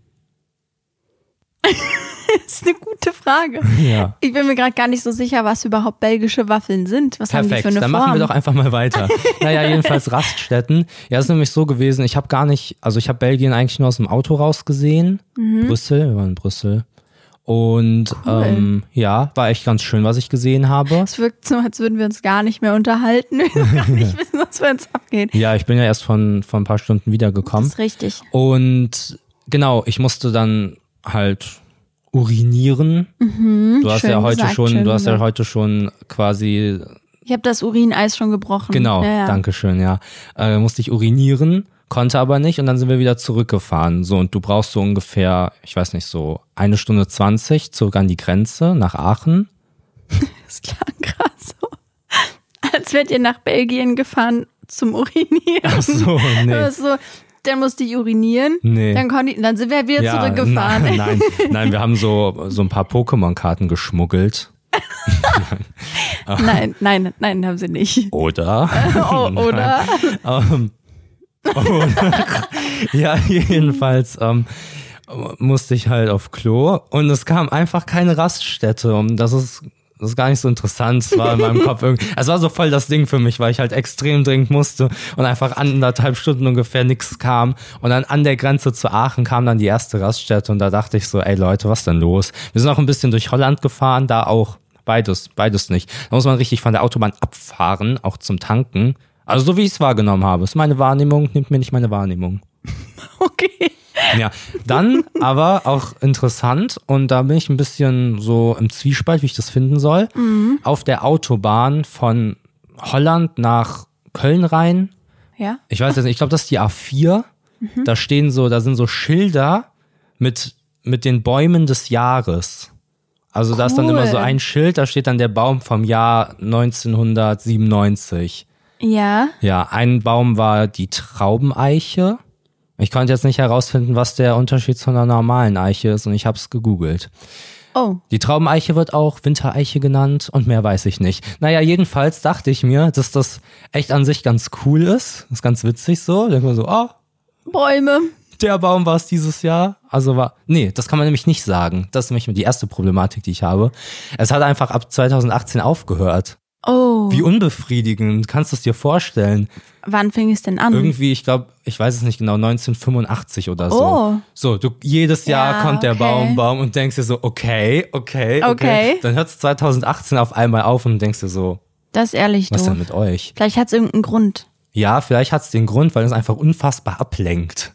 [SPEAKER 1] Das ist eine gute
[SPEAKER 2] *laughs*
[SPEAKER 1] Frage.
[SPEAKER 2] Ja.
[SPEAKER 1] Ich bin mir gerade gar nicht so sicher, was überhaupt belgische Waffeln sind. Was haben die
[SPEAKER 2] Perfekt,
[SPEAKER 1] für eine
[SPEAKER 2] dann
[SPEAKER 1] Form?
[SPEAKER 2] machen wir doch einfach mal
[SPEAKER 1] *laughs*
[SPEAKER 2] weiter. naja, jedenfalls Raststätten. Ja, es ist nämlich so gewesen, ich habe gar nicht, also ich habe Belgien eigentlich nur aus dem Auto rausgesehen.
[SPEAKER 1] Mhm.
[SPEAKER 2] Brüssel, wir waren in Brüssel. Und ähm, ja, war echt ganz schön, was ich gesehen habe.
[SPEAKER 1] Es wirkt so, als würden wir uns gar nicht mehr unterhalten. *laughs* Wir gar
[SPEAKER 2] *laughs*
[SPEAKER 1] nicht wissen, was bei uns abgeht.
[SPEAKER 2] Ja, ich bin ja erst von, von ein paar Stunden wiedergekommen.
[SPEAKER 1] Das ist richtig.
[SPEAKER 2] Und genau, ich musste dann halt urinieren. du hast
[SPEAKER 1] schön
[SPEAKER 2] ja heute
[SPEAKER 1] gesagt,
[SPEAKER 2] schon,
[SPEAKER 1] Mhm, schön
[SPEAKER 2] du hast ja
[SPEAKER 1] gesagt.
[SPEAKER 2] heute schon quasi
[SPEAKER 1] Ich habe das Urineis schon gebrochen.
[SPEAKER 2] Genau,
[SPEAKER 1] ja, ja.
[SPEAKER 2] Dankeschön, ja. Äh, musste ich urinieren, konnte aber nicht und dann sind wir wieder zurückgefahren. So, und du brauchst so ungefähr, ich weiß nicht, so eine Stunde 20 zurück an die Grenze
[SPEAKER 1] *laughs*
[SPEAKER 2] nach Aachen.
[SPEAKER 1] Das klang gerade so, als wärt ihr nach Belgien gefahren zum Urinieren.
[SPEAKER 2] Ach
[SPEAKER 1] *laughs*
[SPEAKER 2] so, nee.
[SPEAKER 1] Aber so, dann musste ich urinieren.
[SPEAKER 2] *laughs* Nee.
[SPEAKER 1] Dann, konnte ich, dann sind wir wieder zurückgefahren. *laughs*
[SPEAKER 2] Nein, nein, nein, wir haben so, so ein paar Pokémon-Karten geschmuggelt.
[SPEAKER 1] nein, nein, nein, haben sie
[SPEAKER 2] *laughs*
[SPEAKER 1] nicht.
[SPEAKER 2] Oder?
[SPEAKER 1] *laughs* Oh, oder?
[SPEAKER 2] *laughs*
[SPEAKER 1] *laughs*
[SPEAKER 2] Ähm, und- ja, jedenfalls ähm, musste ich halt auf Klo und es kam einfach keine Raststätte. Und das ist, das ist gar nicht so interessant. Es war in meinem Kopf irgendwie. Es war so voll das Ding für mich, weil ich halt extrem dringend musste und einfach anderthalb Stunden ungefähr nichts kam. Und dann an der Grenze zu Aachen kam dann die erste Raststätte und da dachte ich so, ey Leute, was denn los? Wir sind auch ein bisschen durch Holland gefahren, da auch. Beides, beides nicht. Da muss man richtig von der Autobahn abfahren, auch zum Tanken. Also so wie ich es wahrgenommen habe. Ist meine Wahrnehmung, nimmt mir nicht meine Wahrnehmung.
[SPEAKER 1] Okay.
[SPEAKER 2] Ja, dann aber auch interessant und da bin ich ein bisschen so im Zwiespalt, wie ich das finden soll. Auf der Autobahn von Holland nach Köln rein.
[SPEAKER 1] Ja?
[SPEAKER 2] Ich weiß jetzt nicht, ich glaube, das ist die A4. Da stehen so, da sind so Schilder mit, mit den Bäumen des Jahres. Also da ist dann immer so
[SPEAKER 1] Cool.
[SPEAKER 2] ein Schild, da steht dann der Baum vom Jahr 1997.
[SPEAKER 1] Ja.
[SPEAKER 2] Ja, ein Baum war die Traubeneiche. Ich konnte jetzt nicht herausfinden, was der Unterschied zu einer normalen Eiche ist und ich habe es gegoogelt.
[SPEAKER 1] Oh.
[SPEAKER 2] Die Traubeneiche wird auch Wintereiche genannt und mehr weiß ich nicht. Naja, jedenfalls dachte ich mir, dass das echt an sich ganz cool ist. Ist ganz witzig so. Denkt man so, oh,
[SPEAKER 1] Bäume.
[SPEAKER 2] der Baum war es dieses Jahr. Also war, nee, das kann man nämlich nicht sagen. Das ist nämlich die erste Problematik, die ich habe. Es hat einfach ab 2018 aufgehört.
[SPEAKER 1] Oh.
[SPEAKER 2] Wie unbefriedigend, kannst du es dir vorstellen?
[SPEAKER 1] Wann fing es denn an?
[SPEAKER 2] irgendwie, ich glaube, ich weiß es nicht genau, 1985 oder so.
[SPEAKER 1] Oh.
[SPEAKER 2] So, du, jedes Jahr
[SPEAKER 1] Ja,
[SPEAKER 2] kommt der
[SPEAKER 1] okay.
[SPEAKER 2] Baum, Baum und denkst dir so, okay, okay, okay.
[SPEAKER 1] Okay.
[SPEAKER 2] Dann hört es 2018 auf einmal auf und denkst dir so,
[SPEAKER 1] das ist ehrlich
[SPEAKER 2] was
[SPEAKER 1] doof.
[SPEAKER 2] denn mit euch?
[SPEAKER 1] Vielleicht hat es irgendeinen Grund.
[SPEAKER 2] Ja, vielleicht hat es den Grund, weil es einfach unfassbar ablenkt.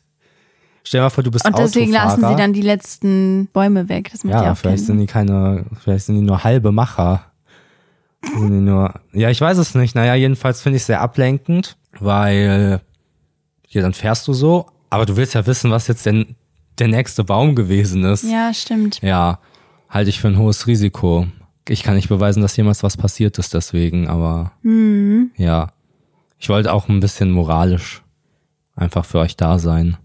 [SPEAKER 2] Stell dir mal vor, du bist
[SPEAKER 1] Und deswegen
[SPEAKER 2] Autofahrer.
[SPEAKER 1] lassen sie dann die letzten Bäume weg. Das macht ja,
[SPEAKER 2] ja,
[SPEAKER 1] auch
[SPEAKER 2] vielleicht
[SPEAKER 1] keinen
[SPEAKER 2] sind die keine, vielleicht sind die nur halbe Macher. Sind die nur, ja, ich weiß es nicht. Naja, jedenfalls finde ich es sehr ablenkend, weil hier dann fährst du so, aber du willst ja wissen, was jetzt denn der nächste Baum gewesen ist. Ja,
[SPEAKER 1] Ja, stimmt.
[SPEAKER 2] halte ich für ein hohes Risiko. Ich kann nicht beweisen, dass jemals was passiert ist deswegen, aber ja. Ich wollte auch ein bisschen moralisch einfach für euch da sein.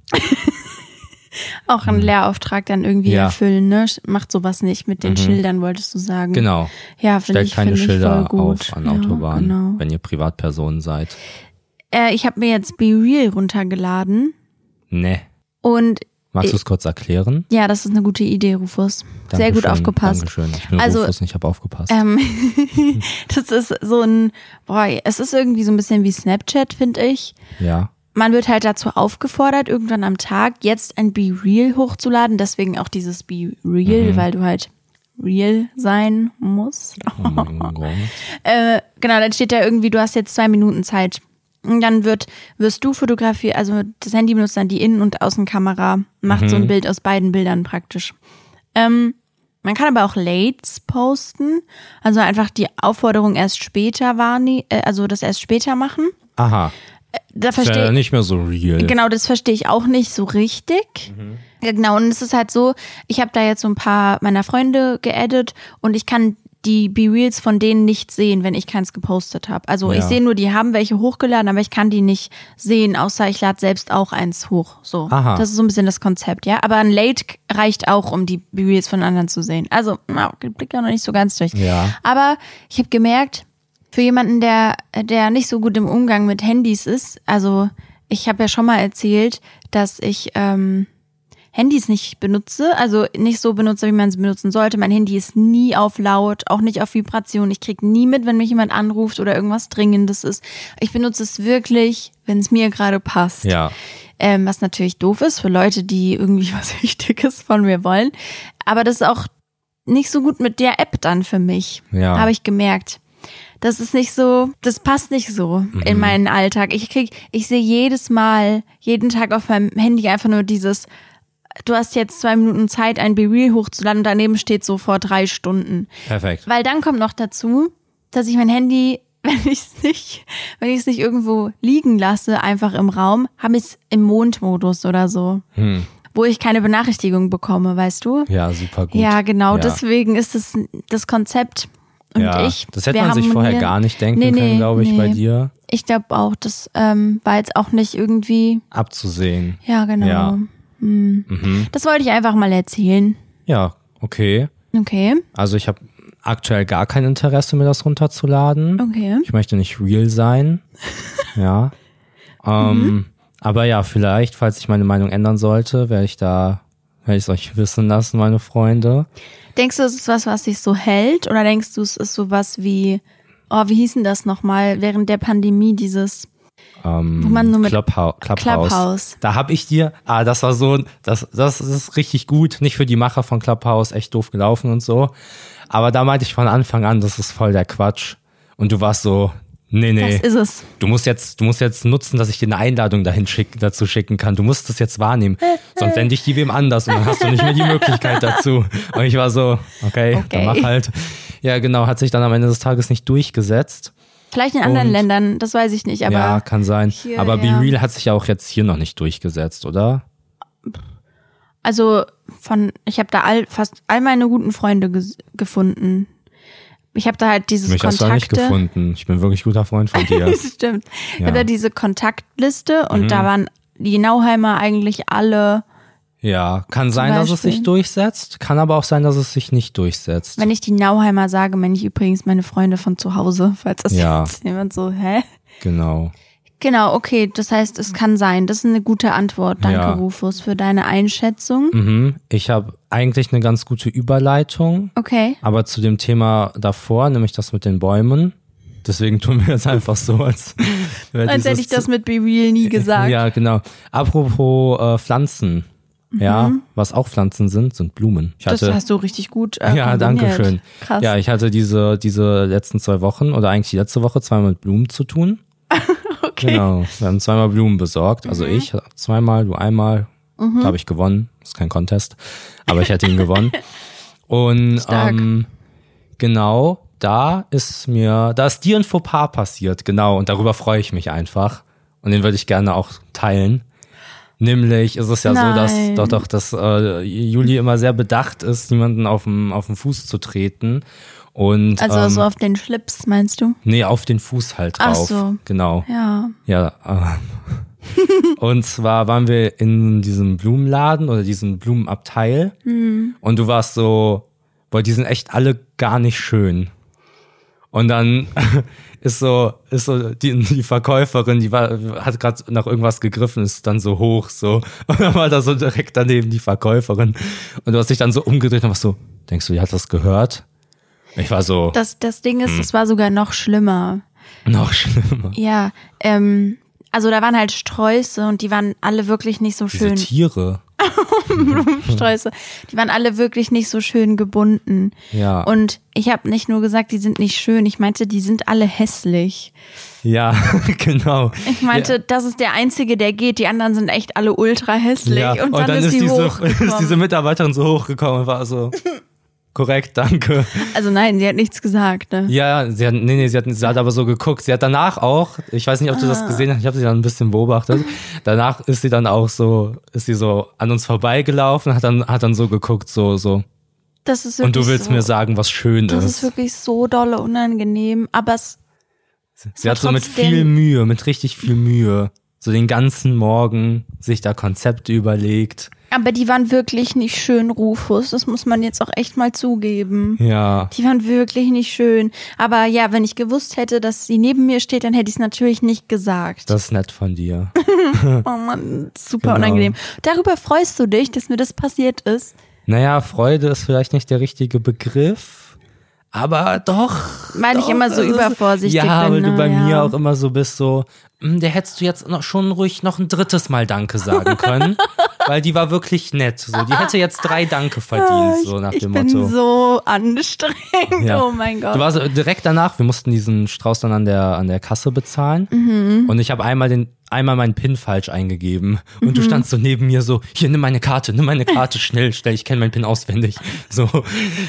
[SPEAKER 1] Auch einen Lehrauftrag dann irgendwie
[SPEAKER 2] Hm. Ja. Mhm.
[SPEAKER 1] erfüllen, ne? Sch- Macht sowas nicht mit den Schildern, wolltest du sagen.
[SPEAKER 2] Genau.
[SPEAKER 1] Ja, finde
[SPEAKER 2] Stellt
[SPEAKER 1] ich,
[SPEAKER 2] keine
[SPEAKER 1] find ich voll
[SPEAKER 2] Schilder
[SPEAKER 1] gut.
[SPEAKER 2] auf an
[SPEAKER 1] ja,
[SPEAKER 2] Autobahnen,
[SPEAKER 1] Genau.
[SPEAKER 2] wenn ihr Privatpersonen seid.
[SPEAKER 1] Äh, ich habe mir jetzt Be Real runtergeladen
[SPEAKER 2] Nee.
[SPEAKER 1] und
[SPEAKER 2] Magst du es kurz erklären?
[SPEAKER 1] ja, das ist eine gute Idee, Rufus. Sehr gut
[SPEAKER 2] Dankeschön,
[SPEAKER 1] aufgepasst.
[SPEAKER 2] Dankeschön. Ich bin
[SPEAKER 1] Also,
[SPEAKER 2] Rufus und ich habe aufgepasst.
[SPEAKER 1] Ähm, *laughs* das ist so ein, boah, es ist irgendwie so ein bisschen wie Snapchat, finde ich. *laughs*
[SPEAKER 2] ja.
[SPEAKER 1] Man wird halt dazu aufgefordert, irgendwann am Tag jetzt ein Be Real hochzuladen. Deswegen auch dieses Be Real, weil du halt real sein musst.
[SPEAKER 2] Oh mein Gott.
[SPEAKER 1] Äh, genau, dann steht da irgendwie, du hast jetzt zwei Minuten Zeit. Und dann wird, wirst du fotografiert, also das Handy benutzt dann die Innen- und Außenkamera, macht so ein Bild aus beiden Bildern praktisch. Ähm, man kann aber auch Lates posten, also einfach die Aufforderung erst später wahrnehmen, äh, also das erst später machen.
[SPEAKER 2] Aha.
[SPEAKER 1] Da
[SPEAKER 2] Ist ja
[SPEAKER 1] verstehe
[SPEAKER 2] nicht mehr so real.
[SPEAKER 1] Genau, das verstehe ich auch nicht so richtig. Ja, Genau, und es ist halt so, ich habe da jetzt so ein paar meiner Freunde geaddet und ich kann die Be-Reels von denen nicht sehen, wenn ich keins gepostet habe. Also ich
[SPEAKER 2] Ja.
[SPEAKER 1] sehe nur, die haben welche hochgeladen, aber ich kann die nicht sehen, außer ich lade selbst auch eins hoch. So,
[SPEAKER 2] Aha.
[SPEAKER 1] das ist so ein bisschen das Konzept, ja. Aber ein Late k- reicht auch, um die Be-Reels von anderen zu sehen. Also, na, blickt da noch nicht so ganz durch.
[SPEAKER 2] Ja.
[SPEAKER 1] Aber ich habe gemerkt, für jemanden, der, der nicht so gut im Umgang mit Handys ist, also ich habe ja schon mal erzählt, dass ich ähm, Handys nicht benutze, also nicht so benutze, wie man sie benutzen sollte. Mein Handy ist nie auf laut, auch nicht auf Vibration. Ich krieg nie mit, wenn mich jemand anruft oder irgendwas Dringendes ist. Ich benutze es wirklich, wenn es mir gerade passt.
[SPEAKER 2] Ja.
[SPEAKER 1] Ähm, was natürlich doof ist für Leute, die irgendwie *laughs* was Wichtiges von mir wollen. Aber das ist auch nicht so gut mit der App dann für mich.
[SPEAKER 2] Ja.
[SPEAKER 1] Habe ich gemerkt. Das ist nicht so, das passt nicht so in meinen Alltag. Ich krieg, ich sehe jedes Mal, jeden Tag auf meinem Handy einfach nur dieses, du hast jetzt zwei Minuten Zeit, ein Be-Real hochzuladen und daneben steht so vor drei Stunden.
[SPEAKER 2] Perfekt.
[SPEAKER 1] Weil dann kommt noch dazu, dass ich mein Handy, *laughs* wenn ich es nicht, wenn ich es nicht irgendwo liegen lasse, einfach im Raum, habe ich es im Mondmodus oder so,
[SPEAKER 2] Hm.
[SPEAKER 1] wo ich keine Benachrichtigung bekomme, weißt du?
[SPEAKER 2] Ja, super gut.
[SPEAKER 1] Ja, genau,
[SPEAKER 2] Ja.
[SPEAKER 1] deswegen ist es das Konzept und
[SPEAKER 2] ja.
[SPEAKER 1] ich.
[SPEAKER 2] Das hätte
[SPEAKER 1] wir
[SPEAKER 2] man sich vorher
[SPEAKER 1] harmonieren-
[SPEAKER 2] gar nicht denken
[SPEAKER 1] Nee, nee,
[SPEAKER 2] können, glaube ich, bei
[SPEAKER 1] nee.
[SPEAKER 2] dir
[SPEAKER 1] Ich glaube auch, das ähm, war jetzt auch nicht irgendwie,
[SPEAKER 2] abzusehen.
[SPEAKER 1] ja, genau.
[SPEAKER 2] Ja.
[SPEAKER 1] Hm.
[SPEAKER 2] Mhm.
[SPEAKER 1] Das wollte ich einfach mal erzählen.
[SPEAKER 2] Ja, okay.
[SPEAKER 1] Okay,
[SPEAKER 2] Also ich habe aktuell gar kein Interesse, mir das runterzuladen.
[SPEAKER 1] okay.
[SPEAKER 2] Ich möchte nicht real sein.
[SPEAKER 1] *laughs*
[SPEAKER 2] ja. Ähm,
[SPEAKER 1] Mhm.
[SPEAKER 2] Aber ja, vielleicht, falls ich meine Meinung ändern sollte, werde ich da, werde ich es euch wissen lassen, meine Freunde.
[SPEAKER 1] Denkst du, es ist was, was sich so hält? Oder denkst du, es ist sowas wie, oh, wie hieß denn das nochmal während der Pandemie, dieses
[SPEAKER 2] Ähm,
[SPEAKER 1] Wo man nur mit
[SPEAKER 2] Clubhou Clubhouse.
[SPEAKER 1] Clubhouse.
[SPEAKER 2] Da habe ich dir, ah, das war so, das, das ist richtig gut. Nicht für die Macher von Clubhouse, echt doof gelaufen und so. Aber da meinte ich von Anfang an, das ist voll der Quatsch. Und du warst so, nee, nee,
[SPEAKER 1] Das ist es.
[SPEAKER 2] du musst jetzt, du musst jetzt nutzen, dass ich dir eine Einladung dahin schick, dazu schicken kann. Du musst das jetzt wahrnehmen. Sonst sende ich die wem anders und dann hast du nicht mehr die Möglichkeit dazu. Und ich war so, okay, dann
[SPEAKER 1] Okay.
[SPEAKER 2] mach halt. Ja, genau, hat sich dann am Ende des Tages nicht durchgesetzt.
[SPEAKER 1] Vielleicht in anderen
[SPEAKER 2] Und-
[SPEAKER 1] Ländern, das weiß ich nicht, aber
[SPEAKER 2] ja, kann sein.
[SPEAKER 1] hier,
[SPEAKER 2] aber
[SPEAKER 1] ja.
[SPEAKER 2] Be Real hat sich ja auch jetzt hier noch nicht durchgesetzt, oder?
[SPEAKER 1] also von, ich habe da all, fast all meine guten Freunde ges- gefunden. Ich habe da halt dieses
[SPEAKER 2] Mich hast du ja nicht
[SPEAKER 1] Kontakte.
[SPEAKER 2] gefunden. Ich bin wirklich guter Freund von dir.
[SPEAKER 1] *laughs* Stimmt. Ich
[SPEAKER 2] Ja. Mhm.
[SPEAKER 1] hatte diese Kontaktliste und da waren die Nauheimer eigentlich alle,
[SPEAKER 2] ja, kann sein, dass es
[SPEAKER 1] Beispiel.
[SPEAKER 2] sich durchsetzt, kann aber auch sein, dass es sich nicht durchsetzt.
[SPEAKER 1] wenn ich die Nauheimer sage, meine ich übrigens meine Freunde von zu Hause, falls das
[SPEAKER 2] Ja.
[SPEAKER 1] jetzt jemand so, hä?
[SPEAKER 2] Genau.
[SPEAKER 1] Genau, okay, das heißt, es kann sein. Das ist eine gute Antwort. Danke,
[SPEAKER 2] Ja.
[SPEAKER 1] Rufus, für deine Einschätzung.
[SPEAKER 2] Mhm. Ich habe eigentlich eine ganz gute Überleitung,
[SPEAKER 1] Okay.
[SPEAKER 2] aber zu dem Thema davor, nämlich das mit den Bäumen. Deswegen tun wir jetzt einfach so, als, wäre
[SPEAKER 1] Als hätte
[SPEAKER 2] dieses-
[SPEAKER 1] ich
[SPEAKER 2] *laughs*
[SPEAKER 1] das mit Be Real nie gesagt.
[SPEAKER 2] Ja, genau. Apropos äh, Pflanzen. Ja, was auch Pflanzen sind, sind Blumen. Ich
[SPEAKER 1] Mhm. das
[SPEAKER 2] hatte,
[SPEAKER 1] hast du richtig gut äh,
[SPEAKER 2] Ja, danke
[SPEAKER 1] kombiniert.
[SPEAKER 2] schön.
[SPEAKER 1] Krass. *laughs*
[SPEAKER 2] Ja, ich hatte diese, diese letzten zwei Wochen oder eigentlich die letzte Woche zweimal mit Blumen zu tun. okay. Genau. Wir haben zweimal Blumen besorgt. Also
[SPEAKER 1] Mhm.
[SPEAKER 2] ich zweimal, du einmal. Da habe ich gewonnen. Ist kein Contest. Aber ich hätte
[SPEAKER 1] *laughs*
[SPEAKER 2] ihn gewonnen. Und
[SPEAKER 1] Stark.
[SPEAKER 2] ähm, genau, da ist mir, da ist dir ein Fauxpas passiert, genau. Und darüber freue ich mich einfach. Und den würde ich gerne auch teilen. Nämlich ist es ja so, dass
[SPEAKER 1] Nein.
[SPEAKER 2] doch doch, dass äh, Juli immer sehr bedacht ist, niemanden auf dem auf den Fuß zu treten und
[SPEAKER 1] also
[SPEAKER 2] ähm,
[SPEAKER 1] so auf den Schlips, meinst du?
[SPEAKER 2] nee auf den Fuß halt
[SPEAKER 1] Ach
[SPEAKER 2] drauf.
[SPEAKER 1] so.
[SPEAKER 2] Genau.
[SPEAKER 1] Ja.
[SPEAKER 2] Ja. ähm, *laughs* und zwar waren wir in diesem Blumenladen oder diesem Blumenabteil und du warst so, boah, die sind echt alle gar nicht schön. Und dann *laughs* ist so, ist so die, die Verkäuferin, die war, hat gerade nach irgendwas gegriffen, ist dann so hoch, so. *laughs* Und dann war da so direkt daneben die Verkäuferin. Und du hast dich dann so umgedreht und warst so, denkst du, die hat das gehört? Ich war so,
[SPEAKER 1] Das, das Ding
[SPEAKER 2] Hm.
[SPEAKER 1] ist, es war sogar noch schlimmer.
[SPEAKER 2] noch schlimmer.
[SPEAKER 1] Ja. Ähm, also da waren halt Sträuße und die waren alle wirklich nicht so
[SPEAKER 2] Diese
[SPEAKER 1] schön.
[SPEAKER 2] Tiere.
[SPEAKER 1] Blumensträuße. Die waren alle wirklich nicht so schön gebunden.
[SPEAKER 2] Ja.
[SPEAKER 1] Und ich habe nicht nur gesagt, die sind nicht schön, ich meinte, die sind alle hässlich.
[SPEAKER 2] Ja, *laughs* genau.
[SPEAKER 1] Ich meinte, das ist der einzige, der geht, die anderen sind echt alle ultra hässlich.
[SPEAKER 2] ja.
[SPEAKER 1] Und, dann ist sie
[SPEAKER 2] diese, *laughs*
[SPEAKER 1] hochgekommen.
[SPEAKER 2] ist diese Mitarbeiterin so hochgekommen und war so, korrekt, danke.
[SPEAKER 1] also nein, sie hat nichts gesagt. Ne?
[SPEAKER 2] Ja, sie hat, nee, nee, sie hat, sie hat aber so geguckt. Sie hat danach auch, ich weiß nicht, ob du das
[SPEAKER 1] Ah.
[SPEAKER 2] gesehen hast, ich habe sie dann ein bisschen beobachtet. Danach ist sie dann auch so, ist sie so an uns vorbeigelaufen, hat dann, hat dann so geguckt, so, so.
[SPEAKER 1] Das ist
[SPEAKER 2] Und
[SPEAKER 1] wirklich
[SPEAKER 2] du willst
[SPEAKER 1] so,
[SPEAKER 2] mir sagen, was schön
[SPEAKER 1] das ist
[SPEAKER 2] ist.
[SPEAKER 1] wirklich so dolle unangenehm. Aber es,
[SPEAKER 2] Sie hat
[SPEAKER 1] war
[SPEAKER 2] so mit
[SPEAKER 1] trotzdem-
[SPEAKER 2] viel Mühe, mit richtig viel Mühe, so den ganzen Morgen sich da Konzepte überlegt.
[SPEAKER 1] aber die waren wirklich nicht schön, Rufus. Das muss man jetzt auch echt mal zugeben.
[SPEAKER 2] Ja.
[SPEAKER 1] Die waren wirklich nicht schön. Aber ja, wenn ich gewusst hätte, dass sie neben mir steht, dann hätte ich es natürlich nicht gesagt.
[SPEAKER 2] Das ist nett von dir.
[SPEAKER 1] Oh Mann, super
[SPEAKER 2] Genau.
[SPEAKER 1] unangenehm. Darüber freust du dich, dass mir das passiert ist.
[SPEAKER 2] Naja, Freude ist vielleicht nicht der richtige Begriff, aber doch.
[SPEAKER 1] Weil ich
[SPEAKER 2] doch,
[SPEAKER 1] immer so
[SPEAKER 2] es ist-
[SPEAKER 1] übervorsichtig
[SPEAKER 2] ja,
[SPEAKER 1] bin,
[SPEAKER 2] weil du
[SPEAKER 1] ne,
[SPEAKER 2] bei
[SPEAKER 1] ja.
[SPEAKER 2] mir auch immer so bist, so, "Hm, der hättest du jetzt noch, schon ruhig noch ein drittes Mal Danke sagen können,
[SPEAKER 1] *laughs*
[SPEAKER 2] weil die war wirklich nett. So, die hätte jetzt drei Danke verdient, so nach
[SPEAKER 1] Ah, ich
[SPEAKER 2] dem
[SPEAKER 1] bin
[SPEAKER 2] Motto.
[SPEAKER 1] so anstrengend.
[SPEAKER 2] Ja.
[SPEAKER 1] Oh mein Gott.
[SPEAKER 2] Du warst äh, direkt danach, wir mussten diesen Strauß dann an der, an der Kasse bezahlen.
[SPEAKER 1] Mhm.
[SPEAKER 2] Und ich habe einmal den einmal meinen PIN falsch eingegeben. Und
[SPEAKER 1] Mhm.
[SPEAKER 2] du standst so neben mir so, hier, nimm meine Karte, nimm
[SPEAKER 1] *laughs*
[SPEAKER 2] meine Karte, schnell, schnell, ich kenne meinen PIN auswendig. So,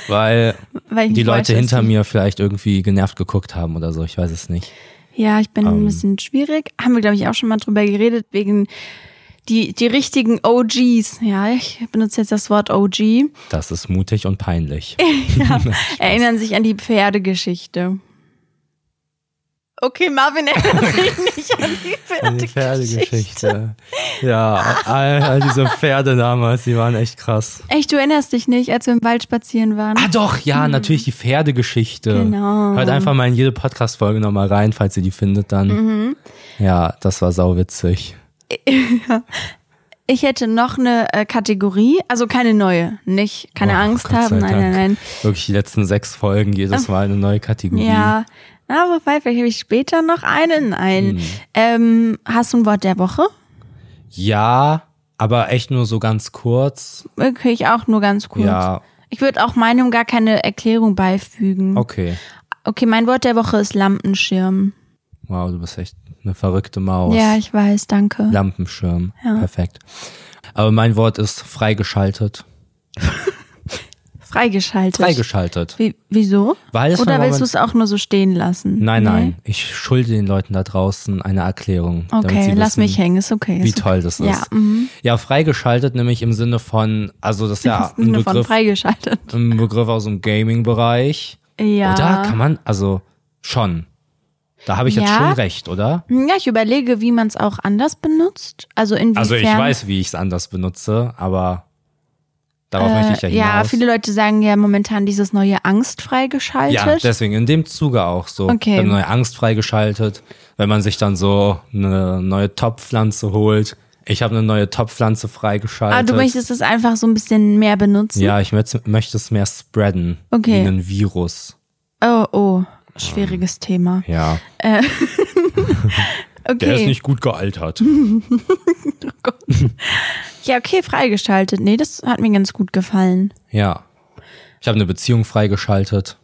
[SPEAKER 2] weil,
[SPEAKER 1] Weil ich
[SPEAKER 2] die
[SPEAKER 1] nicht
[SPEAKER 2] Leute
[SPEAKER 1] wollte, dass
[SPEAKER 2] hinter
[SPEAKER 1] die-
[SPEAKER 2] mir vielleicht irgendwie irgendwie genervt geguckt haben oder so. Ich weiß es nicht.
[SPEAKER 1] Ja, ich bin
[SPEAKER 2] Ähm.
[SPEAKER 1] ein bisschen schwierig. Haben wir, glaube ich, auch schon mal drüber geredet, wegen die, die richtigen OGs. Ja, ich benutze jetzt das Wort
[SPEAKER 2] *laughs*
[SPEAKER 1] OG.
[SPEAKER 2] Das ist mutig und peinlich.
[SPEAKER 1] Ja, erinnern sich an die Pferdegeschichte. Okay, Marvin
[SPEAKER 2] *laughs*
[SPEAKER 1] erinnert sich nicht an die
[SPEAKER 2] Die
[SPEAKER 1] Pferdegeschichte.
[SPEAKER 2] Pferdegeschichte. Ja, all, all diese Pferde damals, die waren echt krass.
[SPEAKER 1] Echt, du erinnerst dich nicht, als wir im Wald spazieren waren?
[SPEAKER 2] Ah doch, ja, natürlich die Pferdegeschichte.
[SPEAKER 1] Hm. Genau.
[SPEAKER 2] Hört einfach mal in jede Podcast-Folge nochmal rein, falls ihr die findet dann.
[SPEAKER 1] Mhm.
[SPEAKER 2] Ja, das war sauwitzig.
[SPEAKER 1] Ich hätte noch eine äh, Kategorie, also keine neue, nicht, keine
[SPEAKER 2] Oh,
[SPEAKER 1] Angst
[SPEAKER 2] Gott sei
[SPEAKER 1] haben, nein, nein,
[SPEAKER 2] Dank.
[SPEAKER 1] nein.
[SPEAKER 2] Wirklich die letzten sechs Folgen jedes Mal eine neue Kategorie.
[SPEAKER 1] Ja, na, wobei, vielleicht habe ich später noch eine, nein.
[SPEAKER 2] Mhm.
[SPEAKER 1] Ähm, hast du ein Wort der Woche?
[SPEAKER 2] ja, aber echt nur so ganz kurz.
[SPEAKER 1] Okay, ich auch nur ganz kurz.
[SPEAKER 2] Ja,
[SPEAKER 1] Ich würde auch meinem gar keine Erklärung beifügen. Okay.
[SPEAKER 2] okay.
[SPEAKER 1] mein Wort der Woche ist Lampenschirm.
[SPEAKER 2] Wow, du bist echt eine verrückte Maus.
[SPEAKER 1] Ja, ich weiß, danke.
[SPEAKER 2] Lampenschirm. Perfekt. Aber mein Wort ist freigeschaltet.
[SPEAKER 1] Freigeschaltet.
[SPEAKER 2] Freigeschaltet.
[SPEAKER 1] Wie, wieso?
[SPEAKER 2] Weil es
[SPEAKER 1] Oder
[SPEAKER 2] war
[SPEAKER 1] willst du es
[SPEAKER 2] Moment-
[SPEAKER 1] auch nur so stehen lassen?
[SPEAKER 2] Nein,
[SPEAKER 1] Nee?
[SPEAKER 2] nein. Ich schulde den Leuten da draußen eine Erklärung. damit
[SPEAKER 1] Okay,
[SPEAKER 2] sie
[SPEAKER 1] lass
[SPEAKER 2] wissen,
[SPEAKER 1] mich hängen, ist okay.
[SPEAKER 2] Wie
[SPEAKER 1] ist okay. *laughs*
[SPEAKER 2] toll das ist.
[SPEAKER 1] Ja,
[SPEAKER 2] Ja,
[SPEAKER 1] mhm.
[SPEAKER 2] freigeschaltet nämlich im Sinne von, also das ist ja
[SPEAKER 1] Im
[SPEAKER 2] ein
[SPEAKER 1] Sinne von
[SPEAKER 2] Begriff,
[SPEAKER 1] freigeschaltet.
[SPEAKER 2] ein Begriff aus dem Gaming-Bereich.
[SPEAKER 1] Ja.
[SPEAKER 2] Oder Oh, kann man, also schon. Da habe ich jetzt
[SPEAKER 1] Ja.
[SPEAKER 2] schon recht, oder?
[SPEAKER 1] Hm, Ja, ich überlege, wie man es auch anders benutzt. Also inwiefern.
[SPEAKER 2] Also ich weiß, wie ich es anders benutze, aber darauf möchte ich ja
[SPEAKER 1] äh,
[SPEAKER 2] hinaus.
[SPEAKER 1] ja, viele Leute sagen ja momentan dieses neue Angst
[SPEAKER 2] Ja,
[SPEAKER 1] freigeschaltet.
[SPEAKER 2] deswegen in dem Zuge auch so.
[SPEAKER 1] Okay.
[SPEAKER 2] Dann neue Angst freigeschaltet, wenn man sich dann so eine neue Top-Pflanze holt. Ich habe eine neue Top-Pflanze freigeschaltet.
[SPEAKER 1] Aber Ah, du möchtest es einfach so ein bisschen mehr benutzen.
[SPEAKER 2] ja, ich möcht- möchte es mehr spreaden.
[SPEAKER 1] Okay.
[SPEAKER 2] Wie ein Virus.
[SPEAKER 1] Oh, oh. Schwieriges Thema.
[SPEAKER 2] Ja.
[SPEAKER 1] Okay.
[SPEAKER 2] Der ist nicht gut gealtert.
[SPEAKER 1] ja, okay, freigeschaltet. Nee, das hat mir ganz gut gefallen.
[SPEAKER 2] *laughs* Ja. Ich habe eine Beziehung freigeschaltet.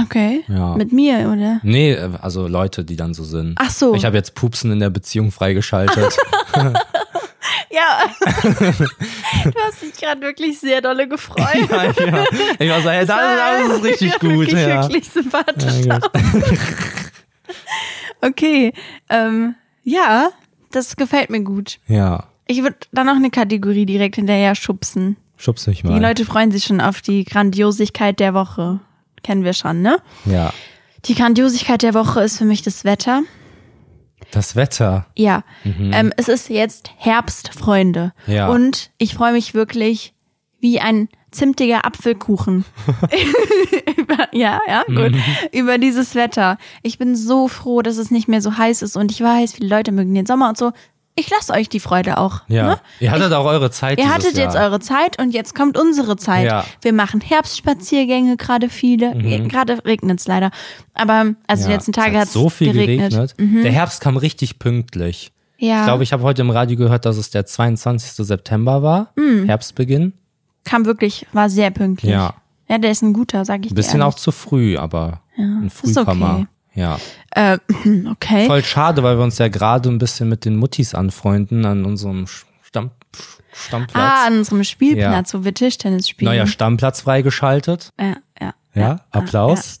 [SPEAKER 1] Okay.
[SPEAKER 2] Ja.
[SPEAKER 1] Mit mir, oder?
[SPEAKER 2] Nee, äh, also Leute, die dann so sind.
[SPEAKER 1] Ach so.
[SPEAKER 2] Ich habe jetzt Pupsen in der
[SPEAKER 1] *laughs*
[SPEAKER 2] Beziehung freigeschaltet.
[SPEAKER 1] Ja. *laughs* du hast dich gerade wirklich sehr dolle gefreut.
[SPEAKER 2] ja, *laughs* ja. Ich war so, ey, das, das
[SPEAKER 1] *laughs*
[SPEAKER 2] ist richtig gut.
[SPEAKER 1] Wirklich,
[SPEAKER 2] Ja.
[SPEAKER 1] wirklich sympathisch.
[SPEAKER 2] Ja, gut.
[SPEAKER 1] *laughs* Okay. Ähm, ja, das gefällt mir gut.
[SPEAKER 2] ja.
[SPEAKER 1] Ich würde da noch eine Kategorie direkt hinterher schubsen.
[SPEAKER 2] Schubs mich
[SPEAKER 1] Die
[SPEAKER 2] mal.
[SPEAKER 1] Leute freuen sich schon auf die Grandiosigkeit der Woche. Kennen wir schon, ne?
[SPEAKER 2] ja.
[SPEAKER 1] Die Grandiosigkeit der Woche ist für mich das Wetter.
[SPEAKER 2] Das Wetter.
[SPEAKER 1] Ja, ähm, es ist jetzt Herbst, Freunde.
[SPEAKER 2] Mhm. Ja.
[SPEAKER 1] Und ich freue mich wirklich wie ein zimtiger
[SPEAKER 2] *laughs*
[SPEAKER 1] Apfelkuchen. *laughs* über, ja, ja, gut.
[SPEAKER 2] Mhm.
[SPEAKER 1] Über dieses Wetter. Ich bin so froh, dass es nicht mehr so heiß ist. Und ich weiß, viele Leute mögen den Sommer und so. Ich lasse euch die Freude auch.
[SPEAKER 2] Ja.
[SPEAKER 1] Ne?
[SPEAKER 2] Ihr hattet auch eure Zeit.
[SPEAKER 1] Ihr
[SPEAKER 2] dieses
[SPEAKER 1] hattet
[SPEAKER 2] Jahr.
[SPEAKER 1] jetzt eure Zeit und jetzt kommt unsere Zeit.
[SPEAKER 2] Ja. Mhm.
[SPEAKER 1] Wir machen Herbstspaziergänge, gerade viele. Gerade regnet es leider. Aber also
[SPEAKER 2] ja.
[SPEAKER 1] die letzten
[SPEAKER 2] es
[SPEAKER 1] Tage
[SPEAKER 2] hat
[SPEAKER 1] hat es
[SPEAKER 2] so viel geregnet.
[SPEAKER 1] geregnet. Mhm.
[SPEAKER 2] Der Herbst kam richtig pünktlich.
[SPEAKER 1] Ja.
[SPEAKER 2] Ich glaube, ich habe heute im Radio gehört, dass es der 22. September war.
[SPEAKER 1] Mhm.
[SPEAKER 2] Herbstbeginn.
[SPEAKER 1] kam wirklich, war sehr pünktlich.
[SPEAKER 2] Ja.
[SPEAKER 1] Ja, der ist ein guter, sag ich dir.
[SPEAKER 2] Ein bisschen auch
[SPEAKER 1] ehrlich.
[SPEAKER 2] zu früh, aber ein Frühkommer.
[SPEAKER 1] okay.
[SPEAKER 2] Ja.
[SPEAKER 1] Äh, *clears throat* okay.
[SPEAKER 2] Voll schade, weil wir uns ja gerade ein bisschen mit den Muttis anfreunden an unserem Stamm, Stammplatz.
[SPEAKER 1] ah, an unserem Spielplatz, wo wir Tischtennis spielen.
[SPEAKER 2] Neuer Stammplatz freigeschaltet.
[SPEAKER 1] ja, ja.
[SPEAKER 2] Ja, Applaus.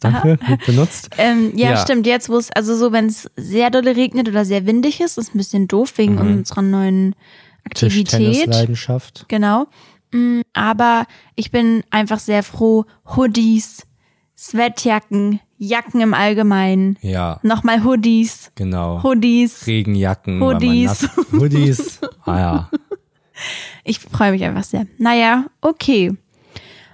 [SPEAKER 1] *laughs*
[SPEAKER 2] Danke. Gut benutzt.
[SPEAKER 1] Ähm, ja,
[SPEAKER 2] Ja.
[SPEAKER 1] stimmt. Jetzt, wo es, also so, wenn es sehr dolle regnet oder sehr windig ist, ist ein bisschen doof wegen
[SPEAKER 2] Mhm.
[SPEAKER 1] unserer neuen Aktivität.
[SPEAKER 2] Tischtennisleidenschaft.
[SPEAKER 1] Genau. Mm, Aber ich bin einfach sehr froh. Hoodies, Sweatjacken, Jacken im Allgemeinen.
[SPEAKER 2] Ja,
[SPEAKER 1] Nochmal Hoodies,
[SPEAKER 2] genau.
[SPEAKER 1] Hoodies.
[SPEAKER 2] Regenjacken.
[SPEAKER 1] Hoodies.
[SPEAKER 2] Weil man nass, *laughs* Hoodies. Ah ja.
[SPEAKER 1] Ich freue mich einfach sehr. Naja, okay.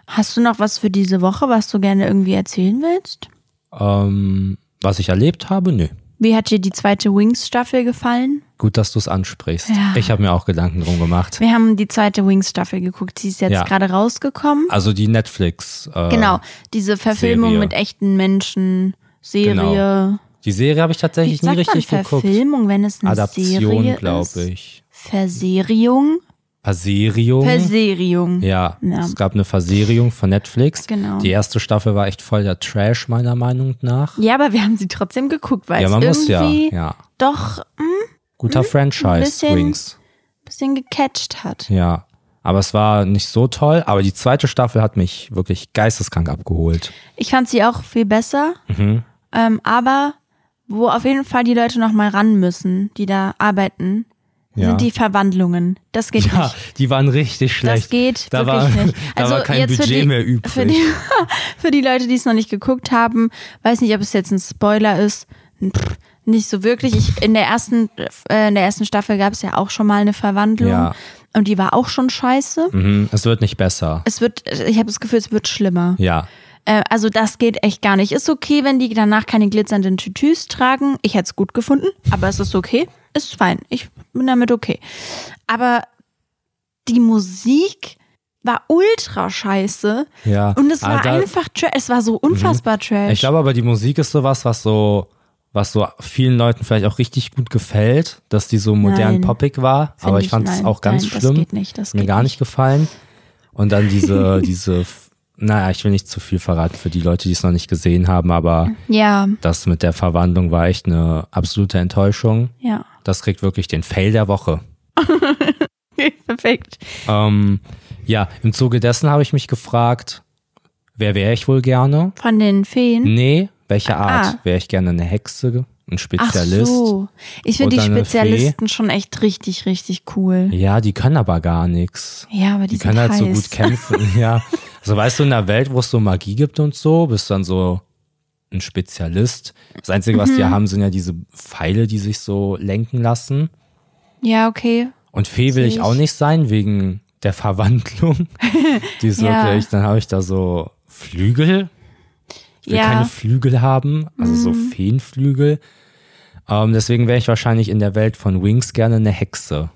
[SPEAKER 1] Hast du noch was für diese Woche, was du gerne irgendwie erzählen willst?
[SPEAKER 2] Ähm, was ich erlebt habe? Nö.
[SPEAKER 1] Wie hat dir die zweite Wings-Staffel gefallen?
[SPEAKER 2] Gut, dass du es ansprichst.
[SPEAKER 1] Ja.
[SPEAKER 2] Ich habe mir auch Gedanken drum gemacht.
[SPEAKER 1] Wir haben die zweite Wings-Staffel geguckt. Sie ist jetzt
[SPEAKER 2] Ja.
[SPEAKER 1] gerade rausgekommen.
[SPEAKER 2] Also die Netflix. Äh,
[SPEAKER 1] genau, diese Verfilmung
[SPEAKER 2] Serie.
[SPEAKER 1] mit echten Menschen, Serie.
[SPEAKER 2] Genau. Die Serie habe ich
[SPEAKER 1] Wie
[SPEAKER 2] tatsächlich nie
[SPEAKER 1] sagt man
[SPEAKER 2] richtig geguckt.
[SPEAKER 1] Verfilmung, wenn es eine Serie
[SPEAKER 2] Adaption, glaube
[SPEAKER 1] ist?
[SPEAKER 2] ich.
[SPEAKER 1] Verseriung?
[SPEAKER 2] Verseriung.
[SPEAKER 1] Verseriung.
[SPEAKER 2] ja,
[SPEAKER 1] Ja.
[SPEAKER 2] es gab eine Verseriung von Netflix.
[SPEAKER 1] Genau.
[SPEAKER 2] Die erste Staffel war echt voll der Trash, meiner Meinung nach.
[SPEAKER 1] Ja, aber wir haben sie trotzdem geguckt, weil
[SPEAKER 2] Ja,
[SPEAKER 1] es
[SPEAKER 2] man muss ja.
[SPEAKER 1] irgendwie
[SPEAKER 2] ja.
[SPEAKER 1] doch ein
[SPEAKER 2] Guter Franchise,
[SPEAKER 1] bisschen-
[SPEAKER 2] Wings.
[SPEAKER 1] bisschen gecatcht hat.
[SPEAKER 2] Ja. Aber es war nicht so toll. Aber die zweite Staffel hat mich wirklich geisteskrank abgeholt. Mhm.
[SPEAKER 1] Ich fand sie auch viel besser. ähm, aber wo auf jeden Fall die Leute noch mal ran müssen, die da arbeiten,
[SPEAKER 2] Ja.
[SPEAKER 1] sind die Verwandlungen. Das geht
[SPEAKER 2] Ja,
[SPEAKER 1] nicht.
[SPEAKER 2] die waren richtig schlecht.
[SPEAKER 1] Das geht
[SPEAKER 2] da
[SPEAKER 1] wirklich
[SPEAKER 2] war,
[SPEAKER 1] nicht.
[SPEAKER 2] *laughs* da
[SPEAKER 1] Also
[SPEAKER 2] war kein
[SPEAKER 1] jetzt für
[SPEAKER 2] Budget
[SPEAKER 1] die-
[SPEAKER 2] mehr übrig.
[SPEAKER 1] Für die, für die *laughs* Leute, die es noch nicht geguckt haben, weiß nicht, ob es jetzt ein Spoiler ist. Pff, Nicht so wirklich. Ich, in, der ersten, äh, in der ersten Staffel gab es ja auch schon mal eine Verwandlung.
[SPEAKER 2] Ja.
[SPEAKER 1] Und die war auch schon scheiße.
[SPEAKER 2] mhm, es wird nicht besser.
[SPEAKER 1] Es wird, ich habe das Gefühl, es wird schlimmer.
[SPEAKER 2] Ja.
[SPEAKER 1] Äh, also das geht echt gar nicht. Ist okay, wenn die danach keine glitzernden Tütüs tragen. Ich hätte es gut gefunden, aber es ist okay. Ist fein. Ich bin damit okay. Aber die Musik war ultra scheiße.
[SPEAKER 2] Ja.
[SPEAKER 1] Und es war
[SPEAKER 2] Aber Ah, da- Mhm.
[SPEAKER 1] einfach trash. Es war so unfassbar trash.
[SPEAKER 2] Ich glaube aber, die Musik ist sowas, was so, was so vielen Leuten vielleicht auch richtig gut gefällt, dass die so modern
[SPEAKER 1] Nein.
[SPEAKER 2] poppig war.
[SPEAKER 1] Find
[SPEAKER 2] aber ich
[SPEAKER 1] ich-
[SPEAKER 2] fand es
[SPEAKER 1] nein,
[SPEAKER 2] auch ganz
[SPEAKER 1] nein, das
[SPEAKER 2] schlimm.
[SPEAKER 1] geht nicht, das
[SPEAKER 2] Hat mir
[SPEAKER 1] geht
[SPEAKER 2] gar nicht gefallen. Und dann diese, diese, f- naja, ich will nicht zu viel verraten für die Leute, die es noch nicht gesehen haben, aber
[SPEAKER 1] ja,
[SPEAKER 2] das mit der Verwandlung war echt eine absolute Enttäuschung.
[SPEAKER 1] ja. *laughs*
[SPEAKER 2] Das kriegt wirklich den Fail der Woche.
[SPEAKER 1] Perfekt.
[SPEAKER 2] Ähm, ja, im Zuge dessen habe ich mich gefragt, wer wäre ich wohl gerne?
[SPEAKER 1] Von den Feen.
[SPEAKER 2] Nee, welche Art?
[SPEAKER 1] Hm? Ah.
[SPEAKER 2] Wäre ich gerne eine Hexe, ein
[SPEAKER 1] Ach
[SPEAKER 2] Spezialist?
[SPEAKER 1] so. Ich finde die
[SPEAKER 2] Oder eine
[SPEAKER 1] Spezialisten schon echt richtig, richtig cool.
[SPEAKER 2] Ja, die können aber gar nichts.
[SPEAKER 1] Ja, aber die,
[SPEAKER 2] Hm. Die
[SPEAKER 1] sind
[SPEAKER 2] können halt
[SPEAKER 1] heiß. *laughs*
[SPEAKER 2] so gut kämpfen. ja, also weißt du, in einer Welt, wo es so Magie gibt und so, bist dann so ein Spezialist. Das Einzige, was die
[SPEAKER 1] Mhm.
[SPEAKER 2] haben, sind ja diese Pfeile, die sich so lenken lassen.
[SPEAKER 1] Ja, okay.
[SPEAKER 2] Und Fee will
[SPEAKER 1] Sehe
[SPEAKER 2] ich auch
[SPEAKER 1] ich.
[SPEAKER 2] nicht sein, wegen der
[SPEAKER 1] *laughs*
[SPEAKER 2] Verwandlung. Die ist
[SPEAKER 1] Ja.
[SPEAKER 2] wirklich, dann habe ich da so Flügel. Ich will
[SPEAKER 1] Ja. Mhm.
[SPEAKER 2] keine Flügel haben, also so Feenflügel. Ähm, deswegen wäre ich wahrscheinlich in der Welt von Wings gerne eine Hexe.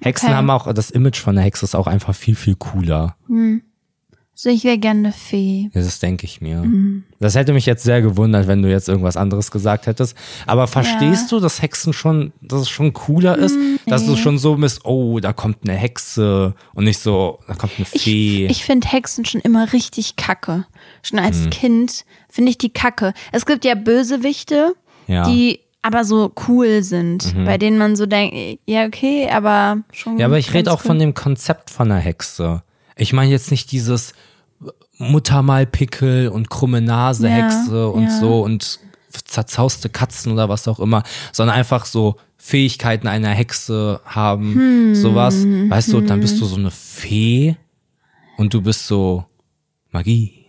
[SPEAKER 2] Hexen
[SPEAKER 1] Okay.
[SPEAKER 2] haben auch, das Image von einer Hexe ist auch einfach viel, viel cooler.
[SPEAKER 1] So, also ich wäre gerne eine Fee.
[SPEAKER 2] Ja, Das denke ich mir.
[SPEAKER 1] Mhm.
[SPEAKER 2] Das hätte mich jetzt sehr gewundert, wenn du jetzt irgendwas anderes gesagt hättest. Aber verstehst du, dass Hexen schon, dass es schon cooler ist,
[SPEAKER 1] Mhm,
[SPEAKER 2] dass du schon so bist, oh, da kommt eine Hexe und nicht so, da kommt eine
[SPEAKER 1] Ich,
[SPEAKER 2] Fee.
[SPEAKER 1] ich finde Hexen schon immer richtig kacke. Schon
[SPEAKER 2] Hm.
[SPEAKER 1] als Kind finde ich die kacke. Es gibt ja Bösewichte,
[SPEAKER 2] Ja. Mhm.
[SPEAKER 1] die aber so cool sind, bei denen man so denkt, ja, okay, aber schon.
[SPEAKER 2] ja, aber ich rede
[SPEAKER 1] Mhm, ganz
[SPEAKER 2] auch
[SPEAKER 1] cool.
[SPEAKER 2] von dem Konzept von einer Hexe. Ich meine jetzt nicht dieses Muttermalpickel und krumme Nase
[SPEAKER 1] Ja,
[SPEAKER 2] Hexe und
[SPEAKER 1] ja.
[SPEAKER 2] so und zerzauste Katzen oder was auch immer, sondern einfach so Fähigkeiten einer Hexe haben,
[SPEAKER 1] Hm,
[SPEAKER 2] sowas. Weißt du, dann bist du so eine Fee und du bist so
[SPEAKER 1] *laughs*
[SPEAKER 2] Magie.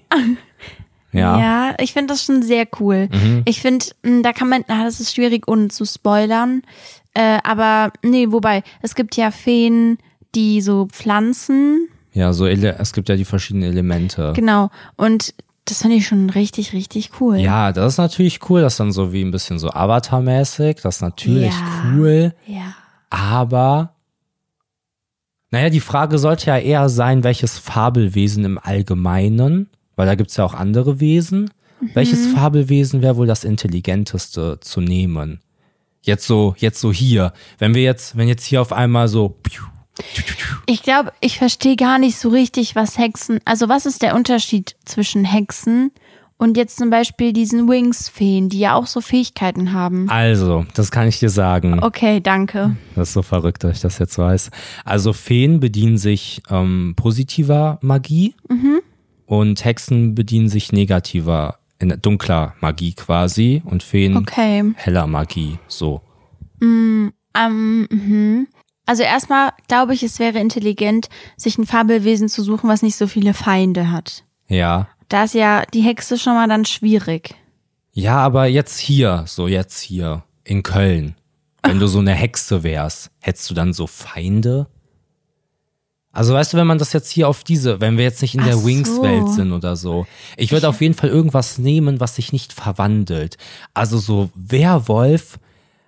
[SPEAKER 2] ja. Mhm.
[SPEAKER 1] Ja, ich finde das schon sehr cool. Ich finde, mh, da kann man, na, das ist schwierig, ohne zu spoilern. Äh, aber nee, wobei, es gibt ja Feen, die so Pflanzen
[SPEAKER 2] Ja, so ele es gibt ja die verschiedenen Elemente.
[SPEAKER 1] Genau. Und das finde ich schon richtig, richtig cool.
[SPEAKER 2] Ja, das ist natürlich cool, das ist dann so wie ein bisschen so Avatar-mäßig, das ist natürlich
[SPEAKER 1] Ja.
[SPEAKER 2] cool.
[SPEAKER 1] Ja.
[SPEAKER 2] Aber, naja, die Frage sollte ja eher sein, welches Fabelwesen im Allgemeinen, weil da gibt's ja auch andere Wesen, welches Fabelwesen wäre wohl das intelligenteste zu nehmen? Jetzt so, jetzt so hier. Wenn wir jetzt, wenn jetzt hier auf einmal so, piu,
[SPEAKER 1] Ich glaube, ich verstehe gar nicht so richtig, was Hexen. Also, was ist der Unterschied zwischen Hexen und jetzt zum Beispiel diesen Wings-Feen, die ja auch so Fähigkeiten haben?
[SPEAKER 2] also, das kann ich dir sagen.
[SPEAKER 1] Okay, danke.
[SPEAKER 2] Das ist so verrückt, dass ich das jetzt weiß. Also Feen bedienen sich ähm, positiver Magie und Hexen bedienen sich negativer, in- dunkler Magie quasi und Feen
[SPEAKER 1] Okay.
[SPEAKER 2] heller Magie. So.
[SPEAKER 1] Ähm, mhm. Also, erstmal glaube ich, es wäre intelligent, sich ein Fabelwesen zu suchen, was nicht so viele Feinde hat.
[SPEAKER 2] Ja.
[SPEAKER 1] Da ist ja die Hexe schon mal dann schwierig.
[SPEAKER 2] Ja, aber jetzt hier, so jetzt hier in Köln, wenn du so eine Hexe wärst, hättest du dann so Feinde? Also weißt du, wenn man das jetzt hier auf diese, wenn wir jetzt nicht in der
[SPEAKER 1] Ach
[SPEAKER 2] Wings-Welt
[SPEAKER 1] so.
[SPEAKER 2] sind oder so, ich würde auf jeden Fall irgendwas nehmen, was sich nicht verwandelt. Also so Werwolf,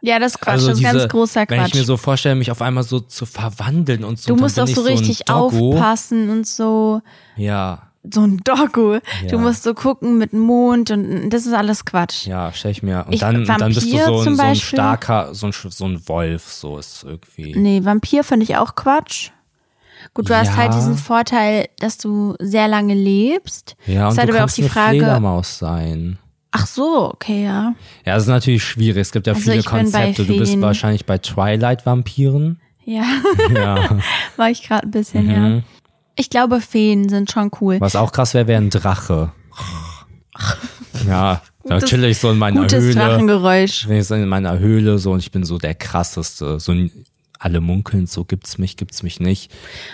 [SPEAKER 1] Ja, das ist Quatsch,
[SPEAKER 2] also
[SPEAKER 1] das ist
[SPEAKER 2] diese,
[SPEAKER 1] ganz großer Quatsch.
[SPEAKER 2] wenn ich mir so vorstelle, mich auf einmal so zu verwandeln und so.
[SPEAKER 1] Du
[SPEAKER 2] dann
[SPEAKER 1] musst
[SPEAKER 2] bin
[SPEAKER 1] auch
[SPEAKER 2] ich
[SPEAKER 1] so
[SPEAKER 2] ein
[SPEAKER 1] richtig
[SPEAKER 2] Doggo.
[SPEAKER 1] aufpassen und so.
[SPEAKER 2] Ja,
[SPEAKER 1] So ein Doggo.
[SPEAKER 2] Ja.
[SPEAKER 1] Du musst so gucken mit dem Mond und das ist alles Quatsch.
[SPEAKER 2] ja, stell ich mir. Und
[SPEAKER 1] Ich-
[SPEAKER 2] dann, und dann bist du
[SPEAKER 1] Vampir
[SPEAKER 2] so ein,
[SPEAKER 1] zum
[SPEAKER 2] so ein
[SPEAKER 1] Beispiel?
[SPEAKER 2] starker, so ein, so ein Wolf, so ist irgendwie.
[SPEAKER 1] Nee, Vampir finde ich auch Quatsch. Gut, du
[SPEAKER 2] Ja.
[SPEAKER 1] hast halt diesen Vorteil, dass du sehr lange lebst.
[SPEAKER 2] Ja, und
[SPEAKER 1] ist halt
[SPEAKER 2] du
[SPEAKER 1] aber auch
[SPEAKER 2] kannst
[SPEAKER 1] die
[SPEAKER 2] eine
[SPEAKER 1] Frage.
[SPEAKER 2] Fledermaus sein.
[SPEAKER 1] Ach so, okay, ja.
[SPEAKER 2] Ja, das ist natürlich schwierig. Es gibt ja
[SPEAKER 1] Also
[SPEAKER 2] viele
[SPEAKER 1] ich bin bei
[SPEAKER 2] Konzepte. Du bist
[SPEAKER 1] Feen.
[SPEAKER 2] wahrscheinlich bei Twilight-Vampiren.
[SPEAKER 1] Ja,
[SPEAKER 2] Ja.
[SPEAKER 1] *laughs* war ich gerade ein bisschen, ja.
[SPEAKER 2] Mhm.
[SPEAKER 1] Ich glaube, Feen sind schon cool.
[SPEAKER 2] Was auch krass wäre, wäre ein Drache. ja, Da
[SPEAKER 1] gutes,
[SPEAKER 2] chill ich so in meiner
[SPEAKER 1] gutes
[SPEAKER 2] Höhle.
[SPEAKER 1] Drachengeräusch.
[SPEAKER 2] Wenn ich so in meiner Höhle so und ich bin so der krasseste, so ein- alle munkeln, so gibt's mich, gibt's mich nicht.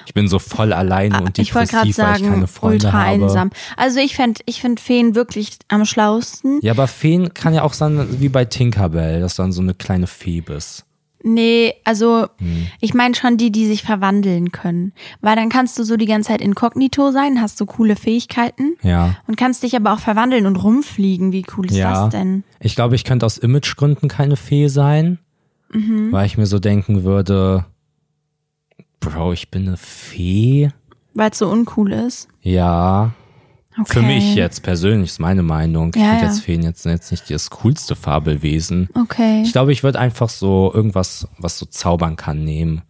[SPEAKER 2] Ich bin so voll alleine und
[SPEAKER 1] Ah, Ich wollte gerade
[SPEAKER 2] depressiv, weil ich
[SPEAKER 1] sagen,
[SPEAKER 2] keine Freunde
[SPEAKER 1] ultra
[SPEAKER 2] habe.
[SPEAKER 1] einsam. Also ich fänd, ich finde Feen wirklich am schlausten.
[SPEAKER 2] Ja, aber Feen kann ja auch sein, wie bei Tinkerbell, dass du dann so eine kleine Fee bist.
[SPEAKER 1] Nee, also
[SPEAKER 2] Hm.
[SPEAKER 1] ich meine schon die, die sich verwandeln können. Weil dann kannst du so die ganze Zeit inkognito sein, hast so coole Fähigkeiten
[SPEAKER 2] Ja.
[SPEAKER 1] und kannst dich aber auch verwandeln und rumfliegen. Wie cool ist
[SPEAKER 2] ja.
[SPEAKER 1] das denn?
[SPEAKER 2] Ich glaube, ich könnte aus Imagegründen keine Fee sein,
[SPEAKER 1] Mhm.
[SPEAKER 2] weil ich mir so denken würde, Bro, ich bin eine Fee.
[SPEAKER 1] Weil es so uncool ist.
[SPEAKER 2] Ja,
[SPEAKER 1] Okay.
[SPEAKER 2] für mich jetzt persönlich ist meine Meinung. ich
[SPEAKER 1] Ja,
[SPEAKER 2] finde
[SPEAKER 1] ja.
[SPEAKER 2] jetzt Feen jetzt, jetzt nicht das coolste Fabelwesen.
[SPEAKER 1] Okay.
[SPEAKER 2] Ich glaube, ich würde einfach so irgendwas, was so zaubern kann, nehmen.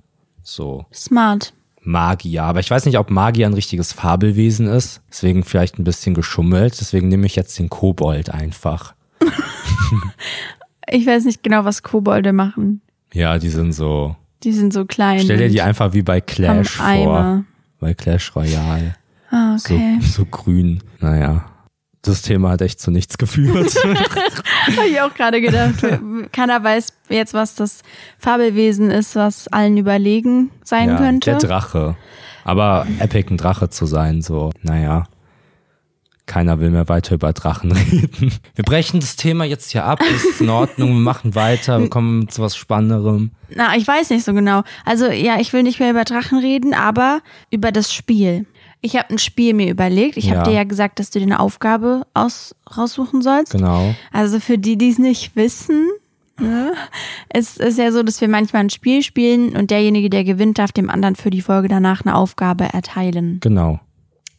[SPEAKER 2] So
[SPEAKER 1] Smart.
[SPEAKER 2] Magier. Aber ich weiß nicht, ob Magier ein richtiges Fabelwesen ist. Deswegen vielleicht ein bisschen geschummelt. Deswegen nehme ich jetzt den Kobold einfach.
[SPEAKER 1] Ich weiß nicht genau, was Kobolde machen.
[SPEAKER 2] Ja, die sind so.
[SPEAKER 1] Die sind so klein.
[SPEAKER 2] Stell dir
[SPEAKER 1] und-
[SPEAKER 2] die einfach wie bei Clash
[SPEAKER 1] Am Eimer.
[SPEAKER 2] vor. Bei Clash Royale.
[SPEAKER 1] Ah, okay. *laughs*
[SPEAKER 2] So, so grün. Naja. Das Thema hat echt zu
[SPEAKER 1] *laughs*
[SPEAKER 2] nichts geführt.
[SPEAKER 1] Habe ich auch gerade
[SPEAKER 2] *laughs*
[SPEAKER 1] gedacht. Keiner weiß jetzt, was das Fabelwesen ist, was allen überlegen sein
[SPEAKER 2] ja,
[SPEAKER 1] könnte.
[SPEAKER 2] Der Drache. Aber epic ein Drache zu sein, so, naja. Keiner will mehr weiter über Drachen *laughs* reden. Wir brechen das Thema jetzt hier ab, ist in Ordnung, wir machen weiter, wir kommen zu was Spannenderem.
[SPEAKER 1] Na, ich weiß nicht so genau. Also ja, ich will nicht mehr über Drachen reden, aber über das Spiel. Ich habe ein Spiel mir überlegt. Ich
[SPEAKER 2] Ja.
[SPEAKER 1] habe dir ja gesagt, dass du dir eine Aufgabe aus raussuchen sollst.
[SPEAKER 2] Genau.
[SPEAKER 1] Also für die, die es nicht wissen, ne, es ist ja so, dass wir manchmal ein Spiel spielen und derjenige, der gewinnt, darf dem anderen für die Folge danach eine Aufgabe erteilen.
[SPEAKER 2] Genau.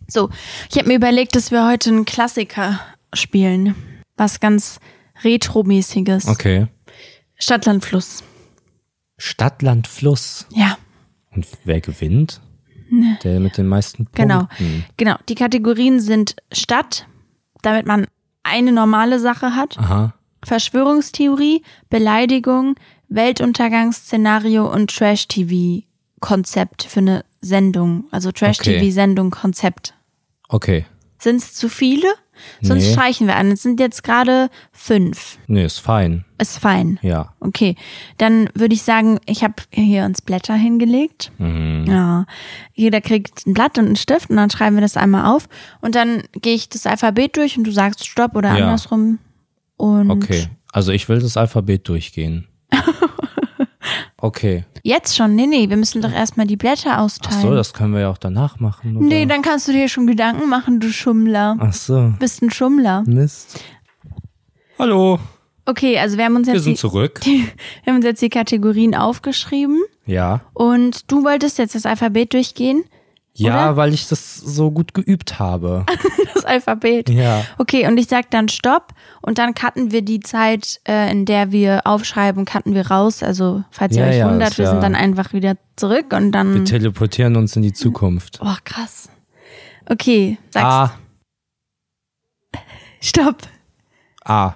[SPEAKER 1] So, ich habe mir überlegt, dass wir heute einen Klassiker spielen. Was ganz Retromäßiges.
[SPEAKER 2] Okay.
[SPEAKER 1] Stadtlandfluss.
[SPEAKER 2] Stadt, Land, Fluss.
[SPEAKER 1] Ja.
[SPEAKER 2] Und wer gewinnt? Der mit den meisten Punkten.
[SPEAKER 1] Ne. Genau, genau. Die Kategorien sind Stadt, damit man eine normale Sache hat,
[SPEAKER 2] Aha.
[SPEAKER 1] Verschwörungstheorie, Beleidigung, Weltuntergangsszenario und Trash-TV-Konzept für eine Sendung. Also Trash-TV-Sendung-Konzept.
[SPEAKER 2] Okay.
[SPEAKER 1] Sind es zu viele? Sonst
[SPEAKER 2] Nee.
[SPEAKER 1] streichen wir an. Es sind jetzt gerade fünf.
[SPEAKER 2] Nee, ist fein.
[SPEAKER 1] Ist fein.
[SPEAKER 2] Ja.
[SPEAKER 1] Okay, dann würde ich sagen, ich habe hier uns Blätter hingelegt.
[SPEAKER 2] Mhm.
[SPEAKER 1] Ja, jeder kriegt ein Blatt und einen Stift und dann schreiben wir das einmal auf und dann gehe ich das Alphabet durch und du sagst Stopp oder
[SPEAKER 2] Ja.
[SPEAKER 1] andersrum. Und
[SPEAKER 2] Okay. Also ich will das Alphabet
[SPEAKER 1] *laughs*
[SPEAKER 2] durchgehen. Okay.
[SPEAKER 1] jetzt schon, nee, nee, wir müssen doch erstmal die Blätter
[SPEAKER 2] Ach so,
[SPEAKER 1] austeilen.
[SPEAKER 2] das können wir ja auch danach machen. Oder?
[SPEAKER 1] nee, dann kannst du dir schon Gedanken machen, du Schummler.
[SPEAKER 2] Ach so.
[SPEAKER 1] Bist ein Schummler.
[SPEAKER 2] Mist. Hallo,
[SPEAKER 1] Okay, also wir haben uns
[SPEAKER 2] wir
[SPEAKER 1] jetzt, die,
[SPEAKER 2] sind zurück.
[SPEAKER 1] *laughs* wir haben uns jetzt die Kategorien aufgeschrieben
[SPEAKER 2] Ja.
[SPEAKER 1] und du wolltest jetzt das Alphabet durchgehen.
[SPEAKER 2] Ja,
[SPEAKER 1] Oder?
[SPEAKER 2] weil ich das so gut
[SPEAKER 1] *laughs*
[SPEAKER 2] geübt habe.
[SPEAKER 1] Das Alphabet.
[SPEAKER 2] Ja.
[SPEAKER 1] Okay, und ich sag dann Stopp und dann cutten wir die Zeit, äh, in der wir aufschreiben, cutten wir raus. Also falls ihr
[SPEAKER 2] Ja,
[SPEAKER 1] euch
[SPEAKER 2] ja,
[SPEAKER 1] wundert,
[SPEAKER 2] ist
[SPEAKER 1] wir
[SPEAKER 2] ja-
[SPEAKER 1] sind dann einfach wieder zurück und dann.
[SPEAKER 2] Wir teleportieren uns in die Zukunft. Ah,
[SPEAKER 1] Boah, krass. Okay, sagst
[SPEAKER 2] A, Ah.
[SPEAKER 1] Stopp.
[SPEAKER 2] A.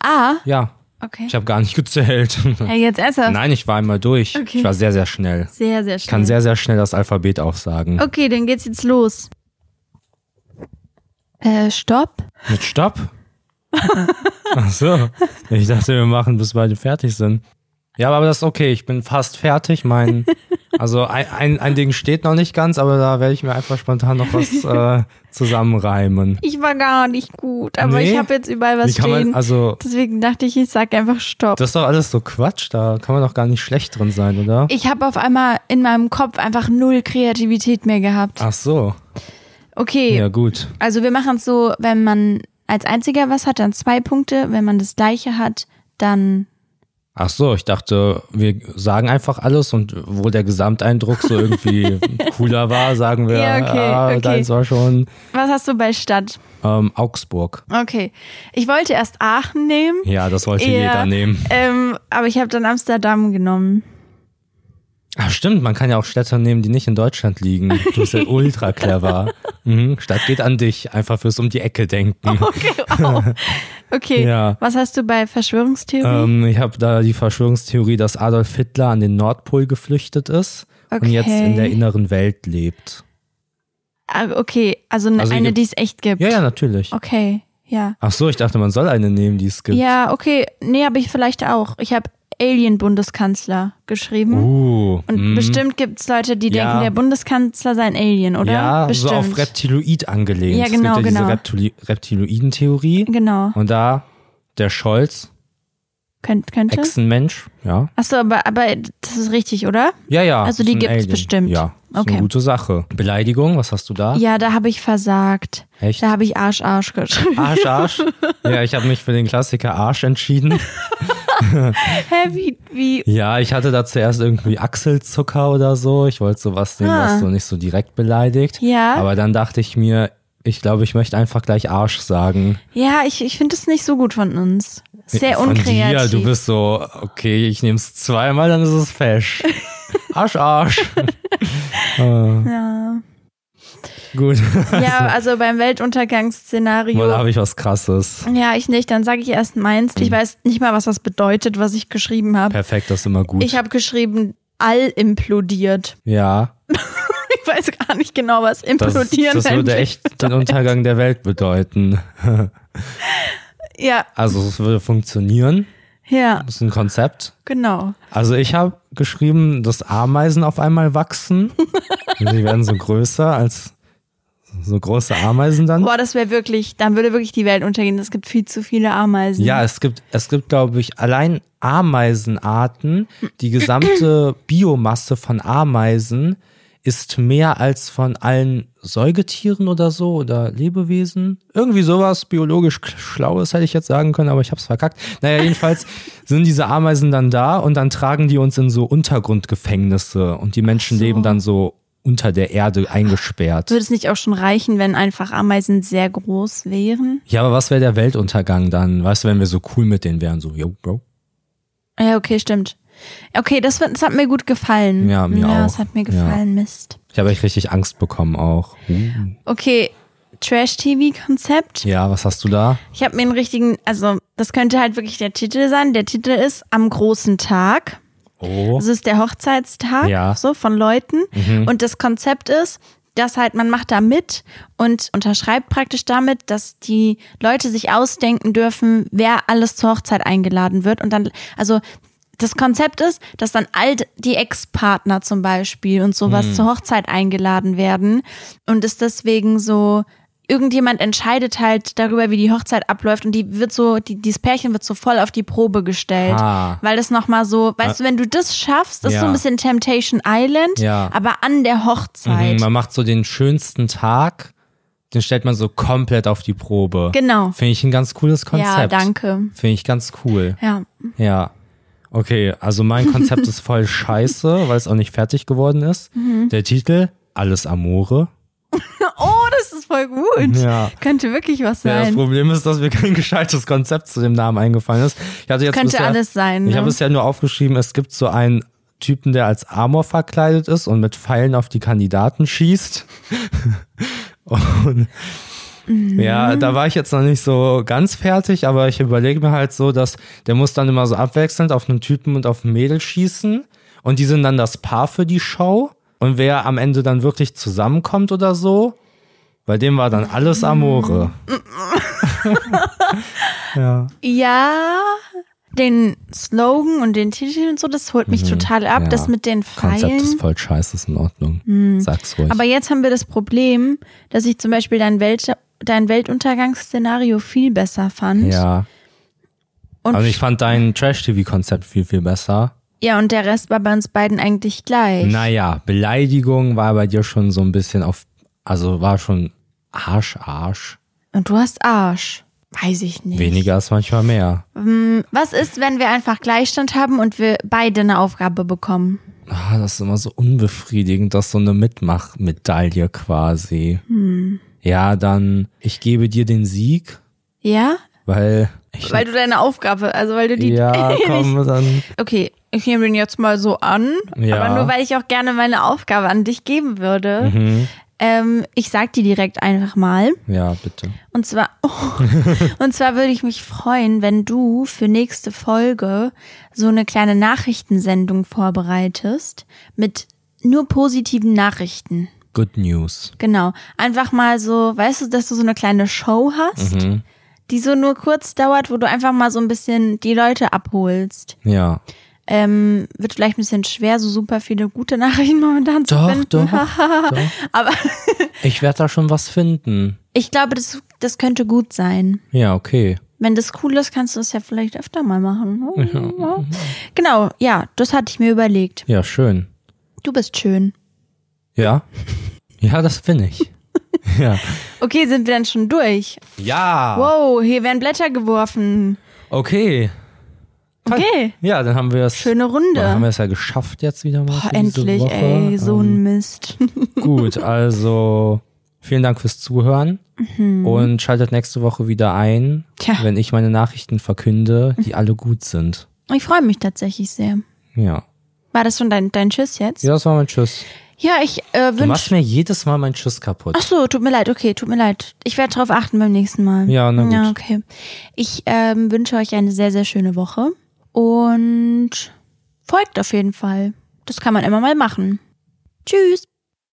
[SPEAKER 1] Ah,
[SPEAKER 2] Ja,
[SPEAKER 1] okay.
[SPEAKER 2] ich habe gar nicht *laughs* gezählt.
[SPEAKER 1] Ja, jetzt ernsthaft.
[SPEAKER 2] Nein, ich war einmal durch.
[SPEAKER 1] Okay.
[SPEAKER 2] Ich war sehr, sehr schnell.
[SPEAKER 1] Sehr, sehr schnell.
[SPEAKER 2] Kann sehr, sehr schnell das Alphabet aufsagen.
[SPEAKER 1] okay, dann geht's jetzt los. Äh, Stopp.
[SPEAKER 2] Mit Stopp? *laughs* Ach so. Ich dachte, wir machen, bis beide fertig sind. Ja, aber das ist okay. Ich bin fast fertig. Mein, also ein, ein, ein Ding steht noch nicht ganz, aber da werde ich mir einfach spontan noch was äh, zusammenreimen.
[SPEAKER 1] Ich war gar nicht gut, aber
[SPEAKER 2] Nee.
[SPEAKER 1] ich habe jetzt überall was
[SPEAKER 2] Wie kann
[SPEAKER 1] stehen.
[SPEAKER 2] man, also,
[SPEAKER 1] Deswegen dachte ich, ich sag einfach Stopp.
[SPEAKER 2] das ist doch alles so Quatsch. Da kann man doch gar nicht schlecht drin sein, oder?
[SPEAKER 1] Ich habe auf einmal in meinem Kopf einfach null Kreativität mehr gehabt.
[SPEAKER 2] Ach so.
[SPEAKER 1] Okay,
[SPEAKER 2] Ja, gut.
[SPEAKER 1] also wir machen es so, wenn man als einziger was hat, dann zwei Punkte. Wenn man das gleiche hat, dann.
[SPEAKER 2] Ach so, ich dachte, wir sagen einfach alles und wo der Gesamteindruck
[SPEAKER 1] *laughs*
[SPEAKER 2] so irgendwie cooler war, sagen wir,
[SPEAKER 1] Ja, okay,
[SPEAKER 2] ah,
[SPEAKER 1] okay.
[SPEAKER 2] deins war schon
[SPEAKER 1] Was hast du bei Stadt?
[SPEAKER 2] ähm, Augsburg.
[SPEAKER 1] Okay. Ich wollte erst Aachen nehmen,
[SPEAKER 2] Ja, das wollte
[SPEAKER 1] Ja.
[SPEAKER 2] jeder nehmen.
[SPEAKER 1] ähm, aber ich habe dann Amsterdam genommen.
[SPEAKER 2] Ach, Ah, stimmt, man kann ja auch Städte nehmen, die nicht in Deutschland liegen. Du
[SPEAKER 1] *laughs*
[SPEAKER 2] bist ja ultra clever. Mhm, Stadt geht an dich, einfach fürs um die Ecke denken.
[SPEAKER 1] Okay, wow. Okay.
[SPEAKER 2] Ja.
[SPEAKER 1] Was hast du bei Verschwörungstheorie?
[SPEAKER 2] Ähm, ich habe da die Verschwörungstheorie, dass Adolf Hitler an den Nordpol geflüchtet ist und
[SPEAKER 1] Okay.
[SPEAKER 2] jetzt in der inneren Welt lebt.
[SPEAKER 1] Ah, okay, also, ne-
[SPEAKER 2] also ich
[SPEAKER 1] eine,
[SPEAKER 2] hab-
[SPEAKER 1] die es echt gibt.
[SPEAKER 2] Ja, ja, natürlich.
[SPEAKER 1] Okay. Ja.
[SPEAKER 2] Ach so, ich dachte, man soll eine nehmen, die es gibt.
[SPEAKER 1] Ja, okay. Nee, habe ich vielleicht auch. Ich habe Alien-Bundeskanzler geschrieben.
[SPEAKER 2] Uh,
[SPEAKER 1] Und
[SPEAKER 2] mm.
[SPEAKER 1] bestimmt gibt es Leute, die
[SPEAKER 2] Ja.
[SPEAKER 1] denken, der Bundeskanzler sei ein Alien, oder?
[SPEAKER 2] Ja,
[SPEAKER 1] bestimmt.
[SPEAKER 2] so auf Reptiloid angelehnt.
[SPEAKER 1] Ja, genau,
[SPEAKER 2] es gibt
[SPEAKER 1] genau.
[SPEAKER 2] ja diese Reptili Reptiloiden-Theorie.
[SPEAKER 1] Genau.
[SPEAKER 2] Und da der Scholz,
[SPEAKER 1] Könnt, könnte.
[SPEAKER 2] Echsenmensch, ja.
[SPEAKER 1] Achso, aber, aber das ist richtig, oder?
[SPEAKER 2] Ja, ja.
[SPEAKER 1] Also
[SPEAKER 2] ist
[SPEAKER 1] die
[SPEAKER 2] ein
[SPEAKER 1] gibt's
[SPEAKER 2] Alien.
[SPEAKER 1] bestimmt.
[SPEAKER 2] Ja, ist
[SPEAKER 1] Okay.
[SPEAKER 2] eine gute Sache. Beleidigung, was hast du da?
[SPEAKER 1] Ja, da habe ich versagt.
[SPEAKER 2] Echt?
[SPEAKER 1] Da habe ich Arsch, Arsch
[SPEAKER 2] *laughs*
[SPEAKER 1] geschrieben. *laughs*
[SPEAKER 2] Arsch, Arsch. ja, ich habe mich für den Klassiker Arsch entschieden.
[SPEAKER 1] Hä, wie, wie?
[SPEAKER 2] Ja, ich hatte da zuerst irgendwie Achselzucker oder so. Ich wollte sowas nehmen,
[SPEAKER 1] Ah.
[SPEAKER 2] was so nicht so direkt beleidigt.
[SPEAKER 1] Ja.
[SPEAKER 2] Aber dann dachte ich mir, ich glaube, ich möchte einfach gleich Arsch sagen.
[SPEAKER 1] Ja, ich, ich finde das nicht so gut von uns. Sehr
[SPEAKER 2] Von
[SPEAKER 1] unkreativ.
[SPEAKER 2] Dir, du bist so, okay, ich nehme es zweimal, dann ist
[SPEAKER 1] *laughs*
[SPEAKER 2] es fesch. Arsch, Arsch.
[SPEAKER 1] ja.
[SPEAKER 2] Gut,
[SPEAKER 1] ja, also beim Weltuntergangsszenario.
[SPEAKER 2] mal habe ich was Krasses.
[SPEAKER 1] Ja, ich nicht. Dann sage ich erst meins.
[SPEAKER 2] Mhm.
[SPEAKER 1] Ich weiß nicht mal, was das bedeutet, was ich geschrieben habe.
[SPEAKER 2] Perfekt, das ist immer gut.
[SPEAKER 1] Ich habe geschrieben, all implodiert. *laughs*
[SPEAKER 2] ja,
[SPEAKER 1] Ich weiß gar nicht genau, was
[SPEAKER 2] das,
[SPEAKER 1] implodieren
[SPEAKER 2] das würde
[SPEAKER 1] eigentlich-
[SPEAKER 2] echt den Untergang der Welt bedeuten.
[SPEAKER 1] Ja,
[SPEAKER 2] Also es würde funktionieren,
[SPEAKER 1] ja,
[SPEAKER 2] das ist ein Konzept.
[SPEAKER 1] genau.
[SPEAKER 2] Also ich habe geschrieben, dass Ameisen auf einmal wachsen. Die werden so größer als so große Ameisen dann.
[SPEAKER 1] Boah, das wäre wirklich, dann würde wirklich die Welt untergehen. Es gibt viel zu viele Ameisen.
[SPEAKER 2] Ja, es gibt, es gibt, glaube ich, allein Ameisenarten.
[SPEAKER 1] *clears throat*
[SPEAKER 2] Die gesamte Biomasse von Ameisen ist mehr als von allen Säugetieren oder so oder Lebewesen. Irgendwie sowas biologisch k- Schlaues hätte ich jetzt sagen können, aber ich hab's verkackt.
[SPEAKER 1] *laughs*
[SPEAKER 2] Naja, jedenfalls sind diese Ameisen dann da und dann tragen die uns in so Untergrundgefängnisse und die Menschen
[SPEAKER 1] so.
[SPEAKER 2] leben dann so unter der Erde eingesperrt.
[SPEAKER 1] Würde es nicht auch schon reichen, wenn einfach Ameisen sehr groß wären?
[SPEAKER 2] Ja, aber was wäre der Weltuntergang dann? Weißt du, wenn wir so cool mit denen wären, so, yo, Bro.
[SPEAKER 1] Ja, okay, stimmt. Okay, das, wird- das hat mir gut gefallen.
[SPEAKER 2] Ja, mir
[SPEAKER 1] ja,
[SPEAKER 2] auch.
[SPEAKER 1] das hat mir gefallen, Mist.
[SPEAKER 2] Ich habe echt richtig Angst bekommen auch.
[SPEAKER 1] Uh. Okay, Trash-TV-Konzept.
[SPEAKER 2] Ja, was hast du da?
[SPEAKER 1] Ich habe mir einen richtigen, also das könnte halt wirklich der Titel sein. Der Titel ist Am großen Tag.
[SPEAKER 2] Oh.
[SPEAKER 1] Das ist der Hochzeitstag
[SPEAKER 2] Ja.
[SPEAKER 1] so von Leuten. Und das Konzept ist, dass halt man macht da mit und unterschreibt praktisch damit, dass die Leute sich ausdenken dürfen, wer alles zur Hochzeit eingeladen wird. Und dann, also das Konzept ist, dass dann all die Ex-Partner zum Beispiel und sowas zur Hochzeit eingeladen werden und ist deswegen so. Irgendjemand entscheidet halt darüber, wie die Hochzeit abläuft und die wird so, die, dieses Pärchen wird so voll auf die Probe gestellt.
[SPEAKER 2] Ah.
[SPEAKER 1] Weil das nochmal so, weißt du, wenn du das schaffst, das ist so
[SPEAKER 2] Ja.
[SPEAKER 1] ein bisschen Temptation Island,
[SPEAKER 2] Ja.
[SPEAKER 1] aber an der Hochzeit.
[SPEAKER 2] Mhm, man macht so den schönsten Tag, den stellt man so komplett auf die Probe.
[SPEAKER 1] Genau.
[SPEAKER 2] Finde ich ein ganz cooles Konzept.
[SPEAKER 1] Ja, danke.
[SPEAKER 2] Finde ich ganz cool.
[SPEAKER 1] Ja. Oh,
[SPEAKER 2] Ja. Okay, also
[SPEAKER 1] *laughs*
[SPEAKER 2] mein Konzept ist voll scheiße, weil es auch nicht fertig geworden ist.
[SPEAKER 1] Mhm.
[SPEAKER 2] Der Titel, Alles Amore.
[SPEAKER 1] Oh, das ist voll gut.
[SPEAKER 2] Ja.
[SPEAKER 1] Könnte wirklich was
[SPEAKER 2] Ja, das
[SPEAKER 1] sein.
[SPEAKER 2] Problem ist, dass mir kein *laughs* gescheites Konzept zu dem Namen eingefallen ist. Ich hatte jetzt
[SPEAKER 1] Könnte
[SPEAKER 2] bisher,
[SPEAKER 1] alles sein,
[SPEAKER 2] Ich
[SPEAKER 1] ne?
[SPEAKER 2] habe bisher nur aufgeschrieben, es gibt so einen Typen, der als Amor verkleidet ist und mit Pfeilen auf die Kandidaten schießt. *laughs* und
[SPEAKER 1] Mhm.
[SPEAKER 2] ja, da war ich jetzt noch nicht so ganz fertig, aber ich überlege mir halt so, dass der muss dann immer so abwechselnd auf einen Typen und auf ein Mädel schießen und die sind dann das Paar für die Show und wer am Ende dann wirklich zusammenkommt oder so, bei dem war dann alles
[SPEAKER 1] Mhm.
[SPEAKER 2] Amore. ja.
[SPEAKER 1] ja. Den Slogan und den Titel und so, das holt mich total ab,
[SPEAKER 2] Mhm. Ja.
[SPEAKER 1] das mit den
[SPEAKER 2] Konzept ist
[SPEAKER 1] Pfeilen.
[SPEAKER 2] voll scheiße, ist in Ordnung. Sag's ruhig.
[SPEAKER 1] Hm. Aber jetzt haben wir das Problem, dass ich zum Beispiel dein, Welt, dein Weltuntergangsszenario viel besser fand.
[SPEAKER 2] ja.
[SPEAKER 1] Und,
[SPEAKER 2] Also ich fand dein Trash-TV-Konzept viel, viel besser.
[SPEAKER 1] ja, und der Rest war bei uns beiden eigentlich gleich.
[SPEAKER 2] Naja, Beleidigung war bei dir schon so ein bisschen auf, also war schon Arsch, Arsch.
[SPEAKER 1] Und du hast Arsch. Weiß ich nicht.
[SPEAKER 2] Weniger ist manchmal mehr.
[SPEAKER 1] Was ist, wenn wir einfach Gleichstand haben und wir beide eine Aufgabe bekommen?
[SPEAKER 2] Ah, das ist immer so unbefriedigend, das ist so eine Mitmachmedaille quasi.
[SPEAKER 1] Hm.
[SPEAKER 2] Ja, dann, ich gebe dir den Sieg,
[SPEAKER 1] Ja?
[SPEAKER 2] weil ich,
[SPEAKER 1] Weil du deine Aufgabe, also weil du die. *laughs*
[SPEAKER 2] ja, komm, dann,
[SPEAKER 1] Okay, ich nehme den jetzt mal so an,
[SPEAKER 2] Ja.
[SPEAKER 1] aber nur weil ich auch gerne meine Aufgabe an dich geben würde.
[SPEAKER 2] Mhm.
[SPEAKER 1] Ähm, ich sag die direkt einfach mal.
[SPEAKER 2] ja, bitte.
[SPEAKER 1] Und
[SPEAKER 2] *laughs*
[SPEAKER 1] zwar, *laughs* oh, und zwar würde ich mich freuen, wenn du für nächste Folge so eine kleine Nachrichtensendung vorbereitest mit nur positiven Nachrichten.
[SPEAKER 2] Good News. Mhm.
[SPEAKER 1] Genau. Einfach mal so, weißt du, dass du so eine kleine Show hast, die so nur kurz dauert, wo du einfach mal so ein bisschen die Leute abholst.
[SPEAKER 2] Ja.
[SPEAKER 1] Ähm, wird vielleicht ein bisschen schwer, so super viele gute *laughs* Nachrichten momentan zu
[SPEAKER 2] Doch,
[SPEAKER 1] finden. *laughs*
[SPEAKER 2] doch,
[SPEAKER 1] Aber
[SPEAKER 2] Ich werde da schon was finden.
[SPEAKER 1] ich glaube, das, das könnte gut sein.
[SPEAKER 2] Ja, okay.
[SPEAKER 1] Wenn das cool ist, kannst du es ja vielleicht öfter mal machen. Oh, Genau, ja, das hatte ich mir überlegt.
[SPEAKER 2] Ja, schön.
[SPEAKER 1] Du bist schön.
[SPEAKER 2] Ja. Ja, das bin
[SPEAKER 1] *laughs*
[SPEAKER 2] ich. ja.
[SPEAKER 1] Okay, sind wir dann schon durch?
[SPEAKER 2] Ja.
[SPEAKER 1] Wow, hier werden Blätter geworfen.
[SPEAKER 2] Okay.
[SPEAKER 1] Okay,
[SPEAKER 2] Ja, dann haben wir es.
[SPEAKER 1] schöne
[SPEAKER 2] Dann haben
[SPEAKER 1] Runde.
[SPEAKER 2] wir es ja geschafft jetzt wieder mal.
[SPEAKER 1] Boah,
[SPEAKER 2] für diese
[SPEAKER 1] endlich,
[SPEAKER 2] Woche.
[SPEAKER 1] ey, so
[SPEAKER 2] Ähm,
[SPEAKER 1] ein Mist. *laughs*
[SPEAKER 2] Gut, also vielen Dank fürs Zuhören und schaltet nächste Woche wieder ein,
[SPEAKER 1] Mhm. Tja.
[SPEAKER 2] wenn ich meine Nachrichten verkünde, die alle gut sind.
[SPEAKER 1] Ich freue mich tatsächlich sehr.
[SPEAKER 2] Ja.
[SPEAKER 1] War das schon dein, dein Tschüss jetzt?
[SPEAKER 2] Ja, das war mein Tschüss.
[SPEAKER 1] Ja, ich äh,
[SPEAKER 2] Du
[SPEAKER 1] wünsche.
[SPEAKER 2] machst mir jedes Mal meinen Tschüss kaputt.
[SPEAKER 1] Ach so, tut mir leid, okay, tut mir leid. Ich werde darauf achten beim nächsten Mal.
[SPEAKER 2] Ja, na gut.
[SPEAKER 1] Ja, okay. Ich ähm, wünsche euch eine sehr, sehr schöne Woche und folgt auf jeden Fall. Das kann man immer mal machen. Tschüss.